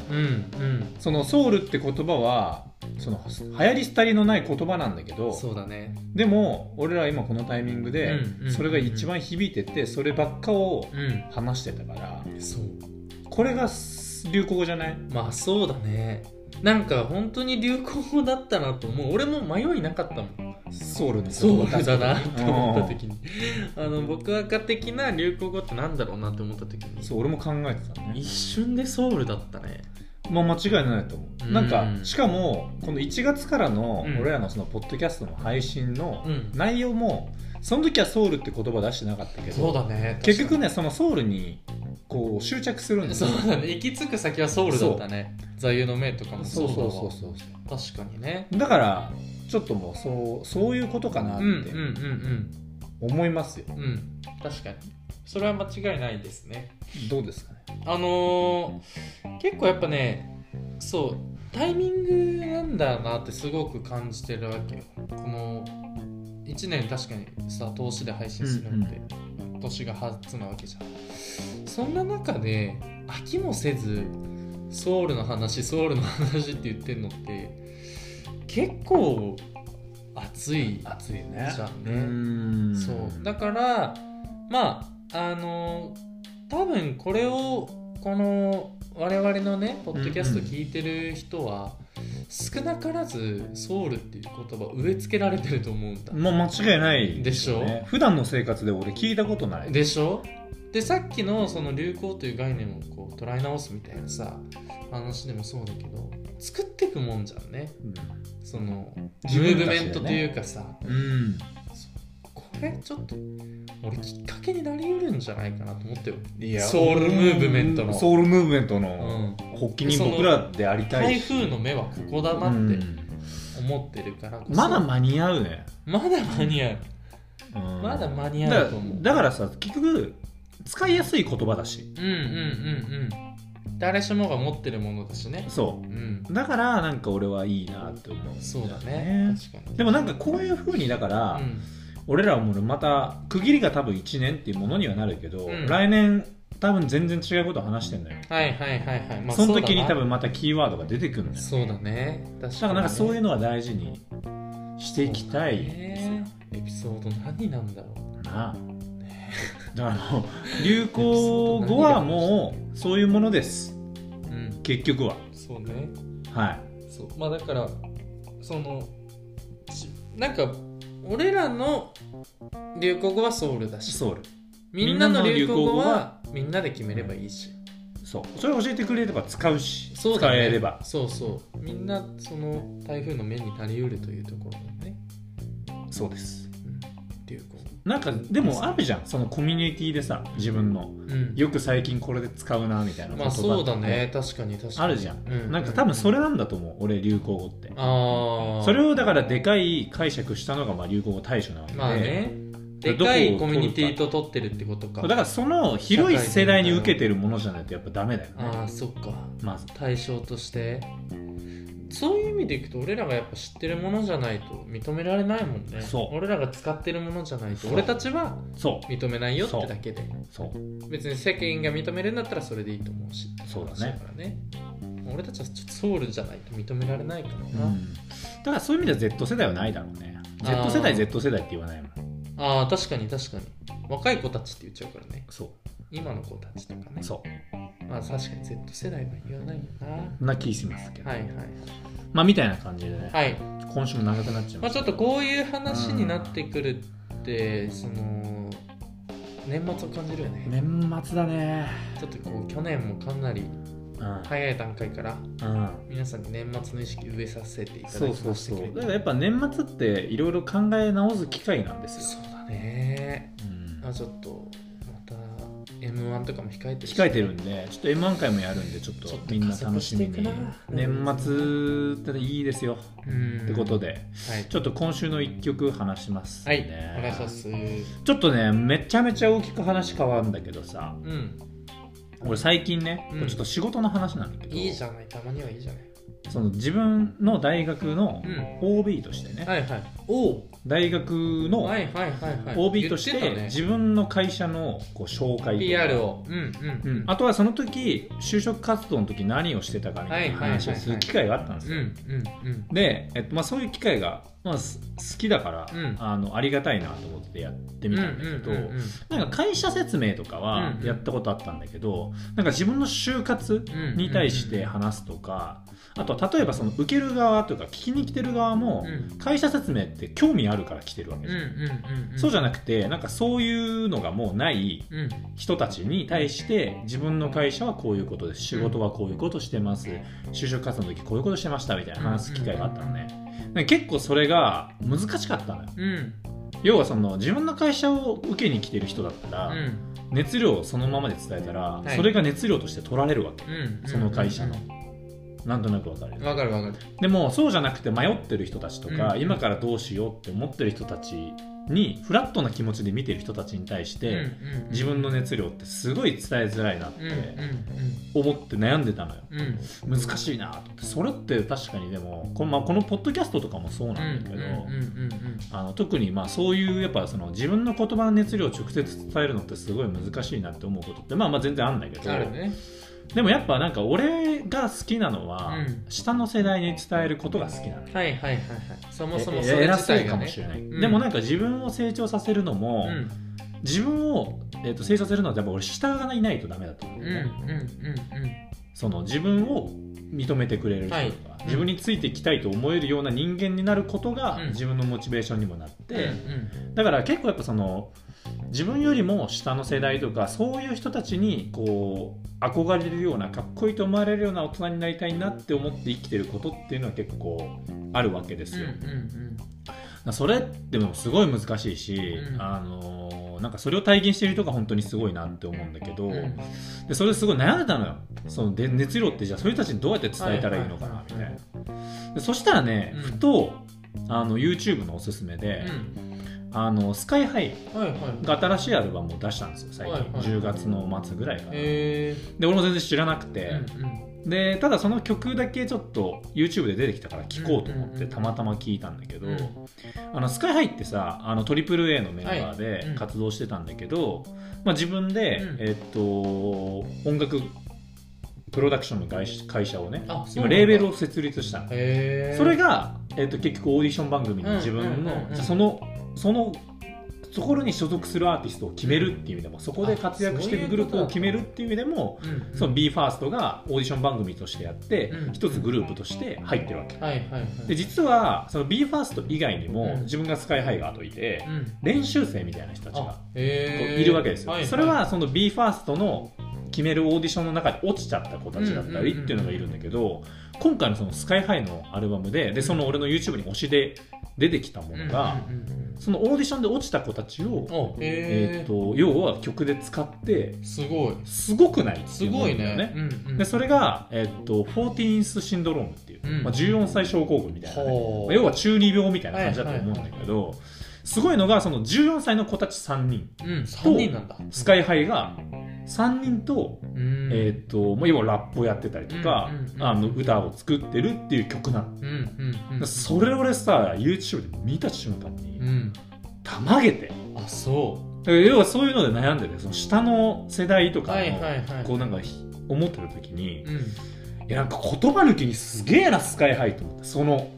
S2: こ
S1: うん
S2: そのソウルって言葉はその流行り廃りのない言葉なんだけ
S1: う
S2: ど
S1: んそうだね
S2: でも俺ら今このタイミング
S1: うん
S2: で
S1: うんうんうん
S2: それが一番響いててそればっかを
S1: う
S2: 話してたから
S1: んそう
S2: これがす流行語じゃない
S1: まあそうだねなんか本当に流行語だったなと思う俺も迷いなかったもん
S2: ソウルの
S1: そ
S2: 言
S1: う
S2: 葉
S1: だな
S2: うん
S1: と思った時にあの僕赤的な流行語ってなんだろうなって思った時に
S2: そう俺も考えてたね
S1: 一瞬でソウルだったね
S2: まあ間違いないと思
S1: う
S2: うんなんかしかもこの1月からの
S1: うん
S2: 俺らのそのポッドキャストの配信の
S1: うん
S2: 内容もその時はソウルって言葉出してなかったけ
S1: そう
S2: ど
S1: だね
S2: 結局ねそのソウルにこう執着するんです
S1: そうだね行き着く先はソウルだったね座右の銘とかも
S2: そうそうそう
S1: う
S2: そう
S1: だわ確かにね
S2: だからちょっともうそうそういうことかなっ
S1: うんうん
S2: て思いますよ、
S1: うんうんうん確かにそれは間違いないですね
S2: どうですかね
S1: あのー結構やっぱねそうタイミングなんだなってすごく感じてるわけよこの1年確かにさ投資で配信するのって、年が初なわけじゃんそんな中で飽きもせずソウルの話ソウルの話って言ってんのって結構熱い
S2: 暑いね
S1: じゃんね
S2: ね
S1: そうだからまああの多分これをこの我々のねポッドキャスト聞いてる人は、少なからずソウルっていう言葉を植え付けられてると思うんだ、
S2: もう間違いないよ
S1: でし
S2: ね普段の生活で俺聞いたことない
S1: でしょでさっきのその流行という概念をこう捉え直すみたいなさ話でもそうだけど作っていくもんじゃんね
S2: うん
S1: その
S2: 自
S1: ムーブ
S2: 分たちでね
S1: メントというかさ、
S2: うん
S1: これちょっと俺きっかけになりうるんじゃないかなと思ったよ
S2: いや
S1: ソウルムーブメントの
S2: ソウルムーブメント
S1: う
S2: の
S1: ん
S2: 発起人僕らでありたい
S1: 台
S2: し
S1: 風の目はここだな
S2: う
S1: って
S2: ん
S1: 思ってるからこそ
S2: まだ間に合うね、
S1: まだ間に合う
S2: うん
S1: まだ間に合うと思う
S2: だからだからさ結局使いやすい言葉だし
S1: うんうんうんうん誰しもが持ってるものだしね
S2: そ
S1: うん
S2: うだからなんか俺はいいなって思うんだよね
S1: そうだね確かに
S2: でもなんかこういうふうにだから、
S1: うん
S2: 俺らはもうまた区切りが多分1年っていうものにはなるけど、
S1: うん
S2: 来年多分全然違うこと話してんだよ、
S1: はいはいはいはいまあ
S2: その時に
S1: う
S2: 多
S1: だな
S2: 分またキーワードが出てくるんだよ
S1: そうだね確
S2: だからなんかそういううのは大事にしていきたいですよ
S1: エピソード何なんだろう
S2: な、だからもう流行語はもうそういうものです
S1: うん
S2: 結局は
S1: そうね
S2: は
S1: そうまあだからそのちなんか俺らの流行語はソウルだ
S2: い
S1: し
S2: ソウル
S1: みんなの流行語はみんなで決めればいいし
S2: そうそれ教えてくれれば使うし
S1: そうだ
S2: 使
S1: ね
S2: えれば
S1: そうそうみんなその台風の目になりうるというところだね、
S2: そうです
S1: うん、流行語
S2: なんかでもあるじゃんそのコミュニティでさ自分の
S1: うん
S2: よく最近これで使うなみたいな
S1: まあ
S2: って
S1: そうだね確かに確かに
S2: あるじゃん、
S1: う
S2: なんか多分それなんだと思う俺流行語って
S1: ああ
S2: それをだからでかい解釈したのがまあ流行語大賞なわけで、
S1: まあねで
S2: で
S1: かいコ
S2: どこを取るか
S1: ミュニティと取ってるってことか
S2: だからその広い世代に受けてるものじゃないとやっぱダメだよ
S1: あ
S2: ね
S1: あそっか
S2: まず
S1: 対象としてそういう意味でいくと俺らがやっぱ知ってるものじゃないと認められないもんね
S2: そう
S1: 俺らが使ってるものじゃないと
S2: そう
S1: 俺たちは
S2: そう
S1: 認めないよっ
S2: そ
S1: て
S2: う
S1: だけで
S2: そう
S1: 別に世間が認めるんだったらそれでいいと思うし
S2: そうだね
S1: 話からね俺たちはちょっとソウルじゃないと認められないから
S2: う
S1: な、
S2: んだからそういう意味では Z 世代はないだろうね
S1: あー
S2: Z 世代 Z 世代って言わないもん
S1: ああ確かに確かに若い子たちって言っちゃうからね
S2: そ
S1: 今の子たちとかね
S2: うそ
S1: まあ確かに Z 世代は言わないよな
S2: うな気しますけど、
S1: はいはい
S2: まあみたいな感じでね、
S1: はい
S2: 今週も長くなっちゃい
S1: ま
S2: ま
S1: あ、ち
S2: した
S1: ょっとこういう話になってくるって、その年末を感じるよね
S2: 年末だね
S1: ちょっとこう去年もかなり
S2: うん、
S1: 早い段階から
S2: うん
S1: 皆さんに年末の意識植えさせていただ
S2: そう
S1: き
S2: そ
S1: ま
S2: う
S1: した
S2: そ
S1: けれ
S2: う
S1: ど
S2: だからやっぱ年末っていろいろ考え直す機会なんです
S1: そ
S2: よ、
S1: うだね
S2: うん
S1: あちょっとまた m 1とかも控えてるし
S2: 控えてるんでちょっと m 1回もやるんでちょっ
S1: ちょ
S2: と
S1: っと
S2: みんな楽し
S1: 加
S2: み
S1: 速してい
S2: に
S1: くな
S2: 年末っていいですよ
S1: うん
S2: ってことで
S1: はい
S2: ちょっと今週の1曲話します
S1: はい、
S2: ね、
S1: お願いしますう
S2: ちょっとねめちゃめちゃ大きく話変わるんだけどさ
S1: ん
S2: 俺最近ね、
S1: うん
S2: これちょっと仕事の話なんだけど
S1: いいじゃないたまにはいいじゃない
S2: その自分の大学の
S1: うん
S2: OB としてね、
S1: はいはいおお
S2: 大学の
S1: はいはいはいはい
S2: OB として
S1: 言ってたね
S2: 自分の会社のこう紹介とか
S1: PR をうんうん
S2: うん、あとはその時就職活動の時何をしてたかみたいな話をする機会があったんです
S1: うんう
S2: よ、
S1: んうん
S2: で、えっとまあ、そういう機会が、まあ、す好きだから、
S1: うん
S2: あのありがたいなと思ってやってみたんだけど、
S1: うんうんうん
S2: なんか会社説明とかは
S1: うんうん
S2: やったことあったんだけど、なんか自分の就活
S1: うん
S2: に対して話すとか、あとは例えばその受ける側とか聞きに来てる側も
S1: うんうん
S2: 会社説明って興味あるから来てるわけ
S1: う
S2: じゃん、
S1: んうん
S2: そうじ
S1: ゃ
S2: ゃなくてなんかそういうのがもうない
S1: うん
S2: 人たちに対して自分の会社はこういうことです仕事はこういうことしてます就職活動の時こういうことしてましたみたいな話す機会があったのねなんか結構それが難しかったのよ
S1: うん
S2: 要はその自分の会社を受けに来てる人だったら、
S1: うん
S2: 熱量をそのままで伝えたら、
S1: はい
S2: それが熱量として取られるわけ、
S1: うん
S2: その会社の、なんとなくわかるよね
S1: わかるわかる
S2: でもそうじゃなくて迷ってる人たちとか、
S1: うん
S2: 今からどうしようって思ってる人たちにフラットな気持ちで見てる人たちに対して、
S1: うんうん
S2: 自分の熱量ってすごい伝えづらいなっ
S1: うんうん
S2: て思って悩んでたのよ
S1: うんうん
S2: 難しいなと思ってそれって確かにでもこの,、まあ、このポッドキャストとかもそう
S1: う
S2: なん
S1: ん
S2: だ
S1: うん
S2: けど、
S1: うんうん
S2: あの特にまあそういうやっぱその自分の言葉の熱量を直接伝えるのってすごい難しいなって思うことってまあまあ全然あるんだけど
S1: あるね
S2: でもやっぱなんか俺が好きなのは、
S1: うん
S2: 下の世代に伝えることが好きなの。
S1: はいはいはいはいそもそも
S2: え
S1: それ
S2: 偉
S1: 自
S2: そう
S1: 体
S2: か
S1: が
S2: も
S1: ね
S2: しれない、
S1: ん
S2: でもなんか自分を成長させるの
S1: う
S2: も、
S1: ん
S2: 自分を、えー、と成長させるのはやっぱ俺下がいないとダメだと思
S1: う
S2: う
S1: んん
S2: だよね、
S1: うんうん
S2: その自分を認めてくれる人
S1: はい
S2: とか、自分についていきたいと思えるような人間になることが、
S1: うん
S2: 自分のモチベーションにもなって、
S1: うん
S2: だから結構やっぱその自分よりも下の世代とかそういう人たちにこう憧れるようなかっこいいと思われるような大人になりたいなって思って生きてることっていうのは結構あるわけです
S1: うんう
S2: よ。だか
S1: ん
S2: らそれでもすごい難しいし、
S1: うん
S2: あのーなんかそれを体現している人が本当にすごいなって思うんだけど、
S1: うんうん
S2: でそれですごい悩んでたのよそので熱量ってじゃあそういう人たちにどうやって伝えたらいいのかなみたい
S1: はいはい
S2: なでそしたらね、
S1: うん
S2: ふとあの YouTube のおすすめで、あのスカイハイ
S1: うんはいはい
S2: が新しいアルバムを出したんですよ最近、
S1: はいはい
S2: 10月の末ぐらいかな、
S1: へ
S2: で俺も全然知らなくて
S1: え、うんうん
S2: でただその曲だけちょっと YouTube で出てきたから聴こうと思
S1: うん
S2: っ
S1: うん
S2: て
S1: うん
S2: たまたま聴いたんだけど、
S1: うん
S2: あのスカイハイってさあの AAA のメンバー
S1: はいう
S2: で
S1: ん
S2: 活動してたんだけど、まあ、自分で、
S1: うん
S2: えっと音楽プロダクションの会社会社をね
S1: あそうな
S2: 今
S1: んだ
S2: レーベルを設立したの
S1: へえ
S2: それが、えっと結局オーディション番組に
S1: うん
S2: 自分の、
S1: うんうんうん
S2: そのそのところに所属するアーティストを決めるっていう意味でもそこで活躍してるグループを決めるっていう意味でも
S1: うんうん
S2: その BE:FIRST がオーディション番組としてやって
S1: うん
S2: 一つグループとして入ってるわけ
S1: はいはいはい
S2: で実はその BE:FIRST 以外にも
S1: うん
S2: 自分が SKY−HI が後いて
S1: うん
S2: 練習生みたいな人たちが
S1: あ
S2: こう
S1: へえ
S2: いるわけですよ、
S1: はいい
S2: それはその BE:FIRST の決めるオーディションの中で落ちちゃった子たちだった
S1: うんうん
S2: り
S1: うんうん
S2: っていうのがいるんだけど、今回のその SKY−HI のアルバムででその俺の YouTube に推しで出てきたものが、
S1: うんうんうんうん
S2: そのオーディションで落ちた子たちを、
S1: お
S2: え
S1: へ
S2: ー、
S1: え
S2: と要は曲で使って
S1: すごい
S2: すごくないって
S1: す
S2: いうも
S1: ご
S2: のないんだよ
S1: ねうんうん
S2: でそれが、えー、と14スシンドロームっていう、
S1: うん
S2: まあ、14歳症候群みたいなね、
S1: ほう
S2: 要は中二病みたいな感じだと思うんだけど、すごいのがその14歳の子たち3人
S1: うん三人なんだ
S2: スカイハイが3人と,、
S1: うん
S2: えー、ともう要はラップをやってたりとか、
S1: うんうんうん
S2: あの歌を作ってるっていう曲なの、
S1: うんうんうん
S2: それ俺さ YouTube で見た瞬間に、
S1: うん
S2: たまげて
S1: あそ
S2: だから要はそういうので悩んでてその下の世代と
S1: う
S2: かの、
S1: はいはいはい
S2: こうなんかひ思ってる時に、
S1: うん
S2: いやなんか言葉抜きにすげえなスカイハイと思ってその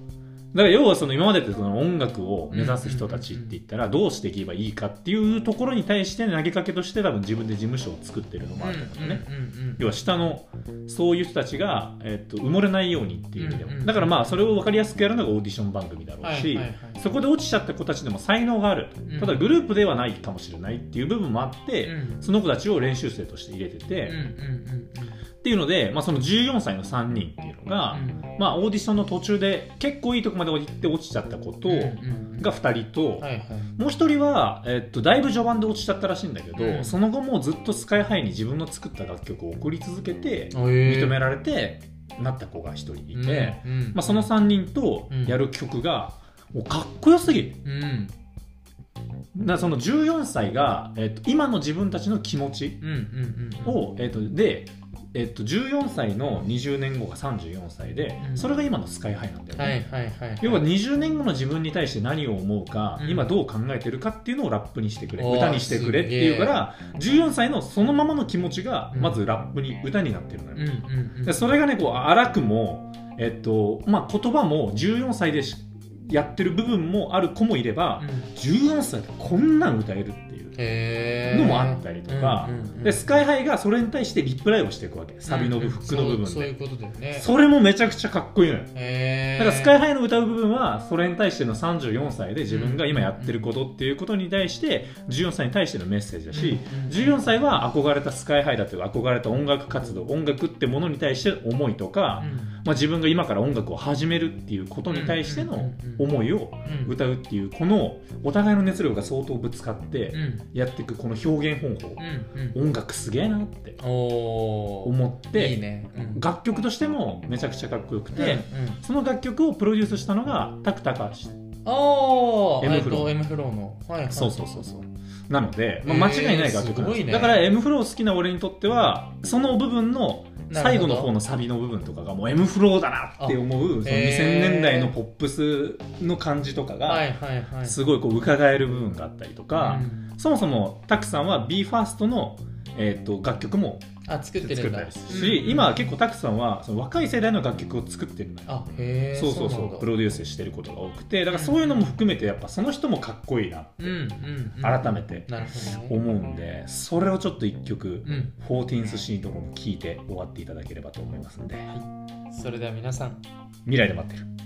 S2: だから要はその今までってその音楽を目指す人たちって言ったらどうしていけばいいかっていうところに対して投げかけとして多分自分で事務所を作ってるのもあるんだよね、
S1: うんうん
S2: 要は下のそういう人たちが、えっと埋もれないようにっていう意味でも、
S1: うんうん
S2: だからまあそれを分かりやすくやるのがオーディション番組だろ
S1: は
S2: う
S1: い
S2: し、
S1: はいはい
S2: そこで落ちちゃった子たちでも才能がある、
S1: うん
S2: ただグループではないかもしれないっていう部分もあって、
S1: うん
S2: その子たちを練習生として入れてて、
S1: うんうんうん
S2: っていうので、まあ、その14歳の3人っていうのが、
S1: うん
S2: まあ、オーディションの途中で結構いいとこまで行って落ちちゃった子と、
S1: うんうんうん
S2: が2人と、
S1: はいはい
S2: もう1人は、えっと、だいぶ序盤で落ちちゃったらしいんだけど、
S1: うん
S2: その後もずっとスカイハイに自分の作った楽曲を送り続けて認
S1: 認
S2: められてなった子が1人いて、
S1: うんうん
S2: まあ、その3人とやる曲が、もうかっこよすぎる
S1: うん
S2: だからその14歳が、えっと、今の自分たちの気持ち
S1: うんうんうん
S2: を、えっとでえっと、14歳の20年後が34歳で、
S1: うん
S2: それが今のスカイハイなんだよね、
S1: はいはいはいはい
S2: 要は20年後の自分に対して何を思うか、
S1: うん
S2: 今どう考えてるかっていうのをラップにしてくれ
S1: おー
S2: 歌にしてくれっていうから14歳のそのままの気持ちがまずラップに歌になってるの
S1: う
S2: よ、
S1: んうんうん
S2: でそれがねこう荒くも、えっとまあ、言葉も14歳でしやってる部分もある子もいれば、
S1: うん
S2: 14歳でこんなん歌えるっていう
S1: へー
S2: のもあったりとか
S1: うんうんうん
S2: でスカイハイがそれに対してリプライをしていくわけサビの部分フックの部分で、
S1: そうそういうことだよね
S2: それもめちゃくちゃかっこいいのよ
S1: へ
S2: だ
S1: ー
S2: からスカイハイの歌う部分はそれに対しての34歳で自分が今やってることっていうことに対して14歳に対してのメッセージだし
S1: うんうん
S2: 14歳は憧れたスカイハイだとか憧れた音楽活動音楽ってものに対して思いとか、
S1: うん
S2: まあ、自分が今から音楽を始めるっていうことに対しての思いを
S1: うん
S2: 歌うっていうこのお互いの熱量が相当ぶつかっ
S1: う
S2: て
S1: ん
S2: やっていくこの表現方法
S1: うんうん
S2: 音楽すげえなって
S1: おー
S2: 思って
S1: いいねうん
S2: 楽曲としてもめちゃくちゃかっこよくて、
S1: うんうん
S2: その楽曲をプロデュースしたのがタクタカシ
S1: ああ
S2: M
S1: えっ
S2: フロー
S1: と M フローのはいはい
S2: そうそうそうそうなので、
S1: えー
S2: まあ、間違いない楽曲なんです
S1: すごいね
S2: だから m フロー好きな俺にとってはその部分の
S1: なる
S2: 最
S1: ほ
S2: 後
S1: ど
S2: の方のサビの部分とかがもう m フローだなって思うその
S1: えー
S2: 2000年代のポップスの感じとか
S1: は
S2: が
S1: いはいはい
S2: すごいこう伺える部分があったりとか
S1: う、ん
S2: そもそもタクさんは BE:FIRST の、えー、と楽曲も
S1: あ作って
S2: 作
S1: る
S2: っ
S1: ん
S2: たり
S1: だ
S2: ですし、
S1: うん
S2: 今は結構タクさんはその若い世代の楽曲を作ってるのよ
S1: あへえ
S2: そうそうそうプロデュースしてることが多くてだからそういうのも含めてやっぱその人もかっこいいなって
S1: うんうんうん
S2: 改めて
S1: なるほどね
S2: 思うんでそれをちょっと一曲
S1: うん
S2: 「14th シーン」とかも聴いて終わっていただければと思いますんで
S1: それでは皆さん
S2: 未来で待ってる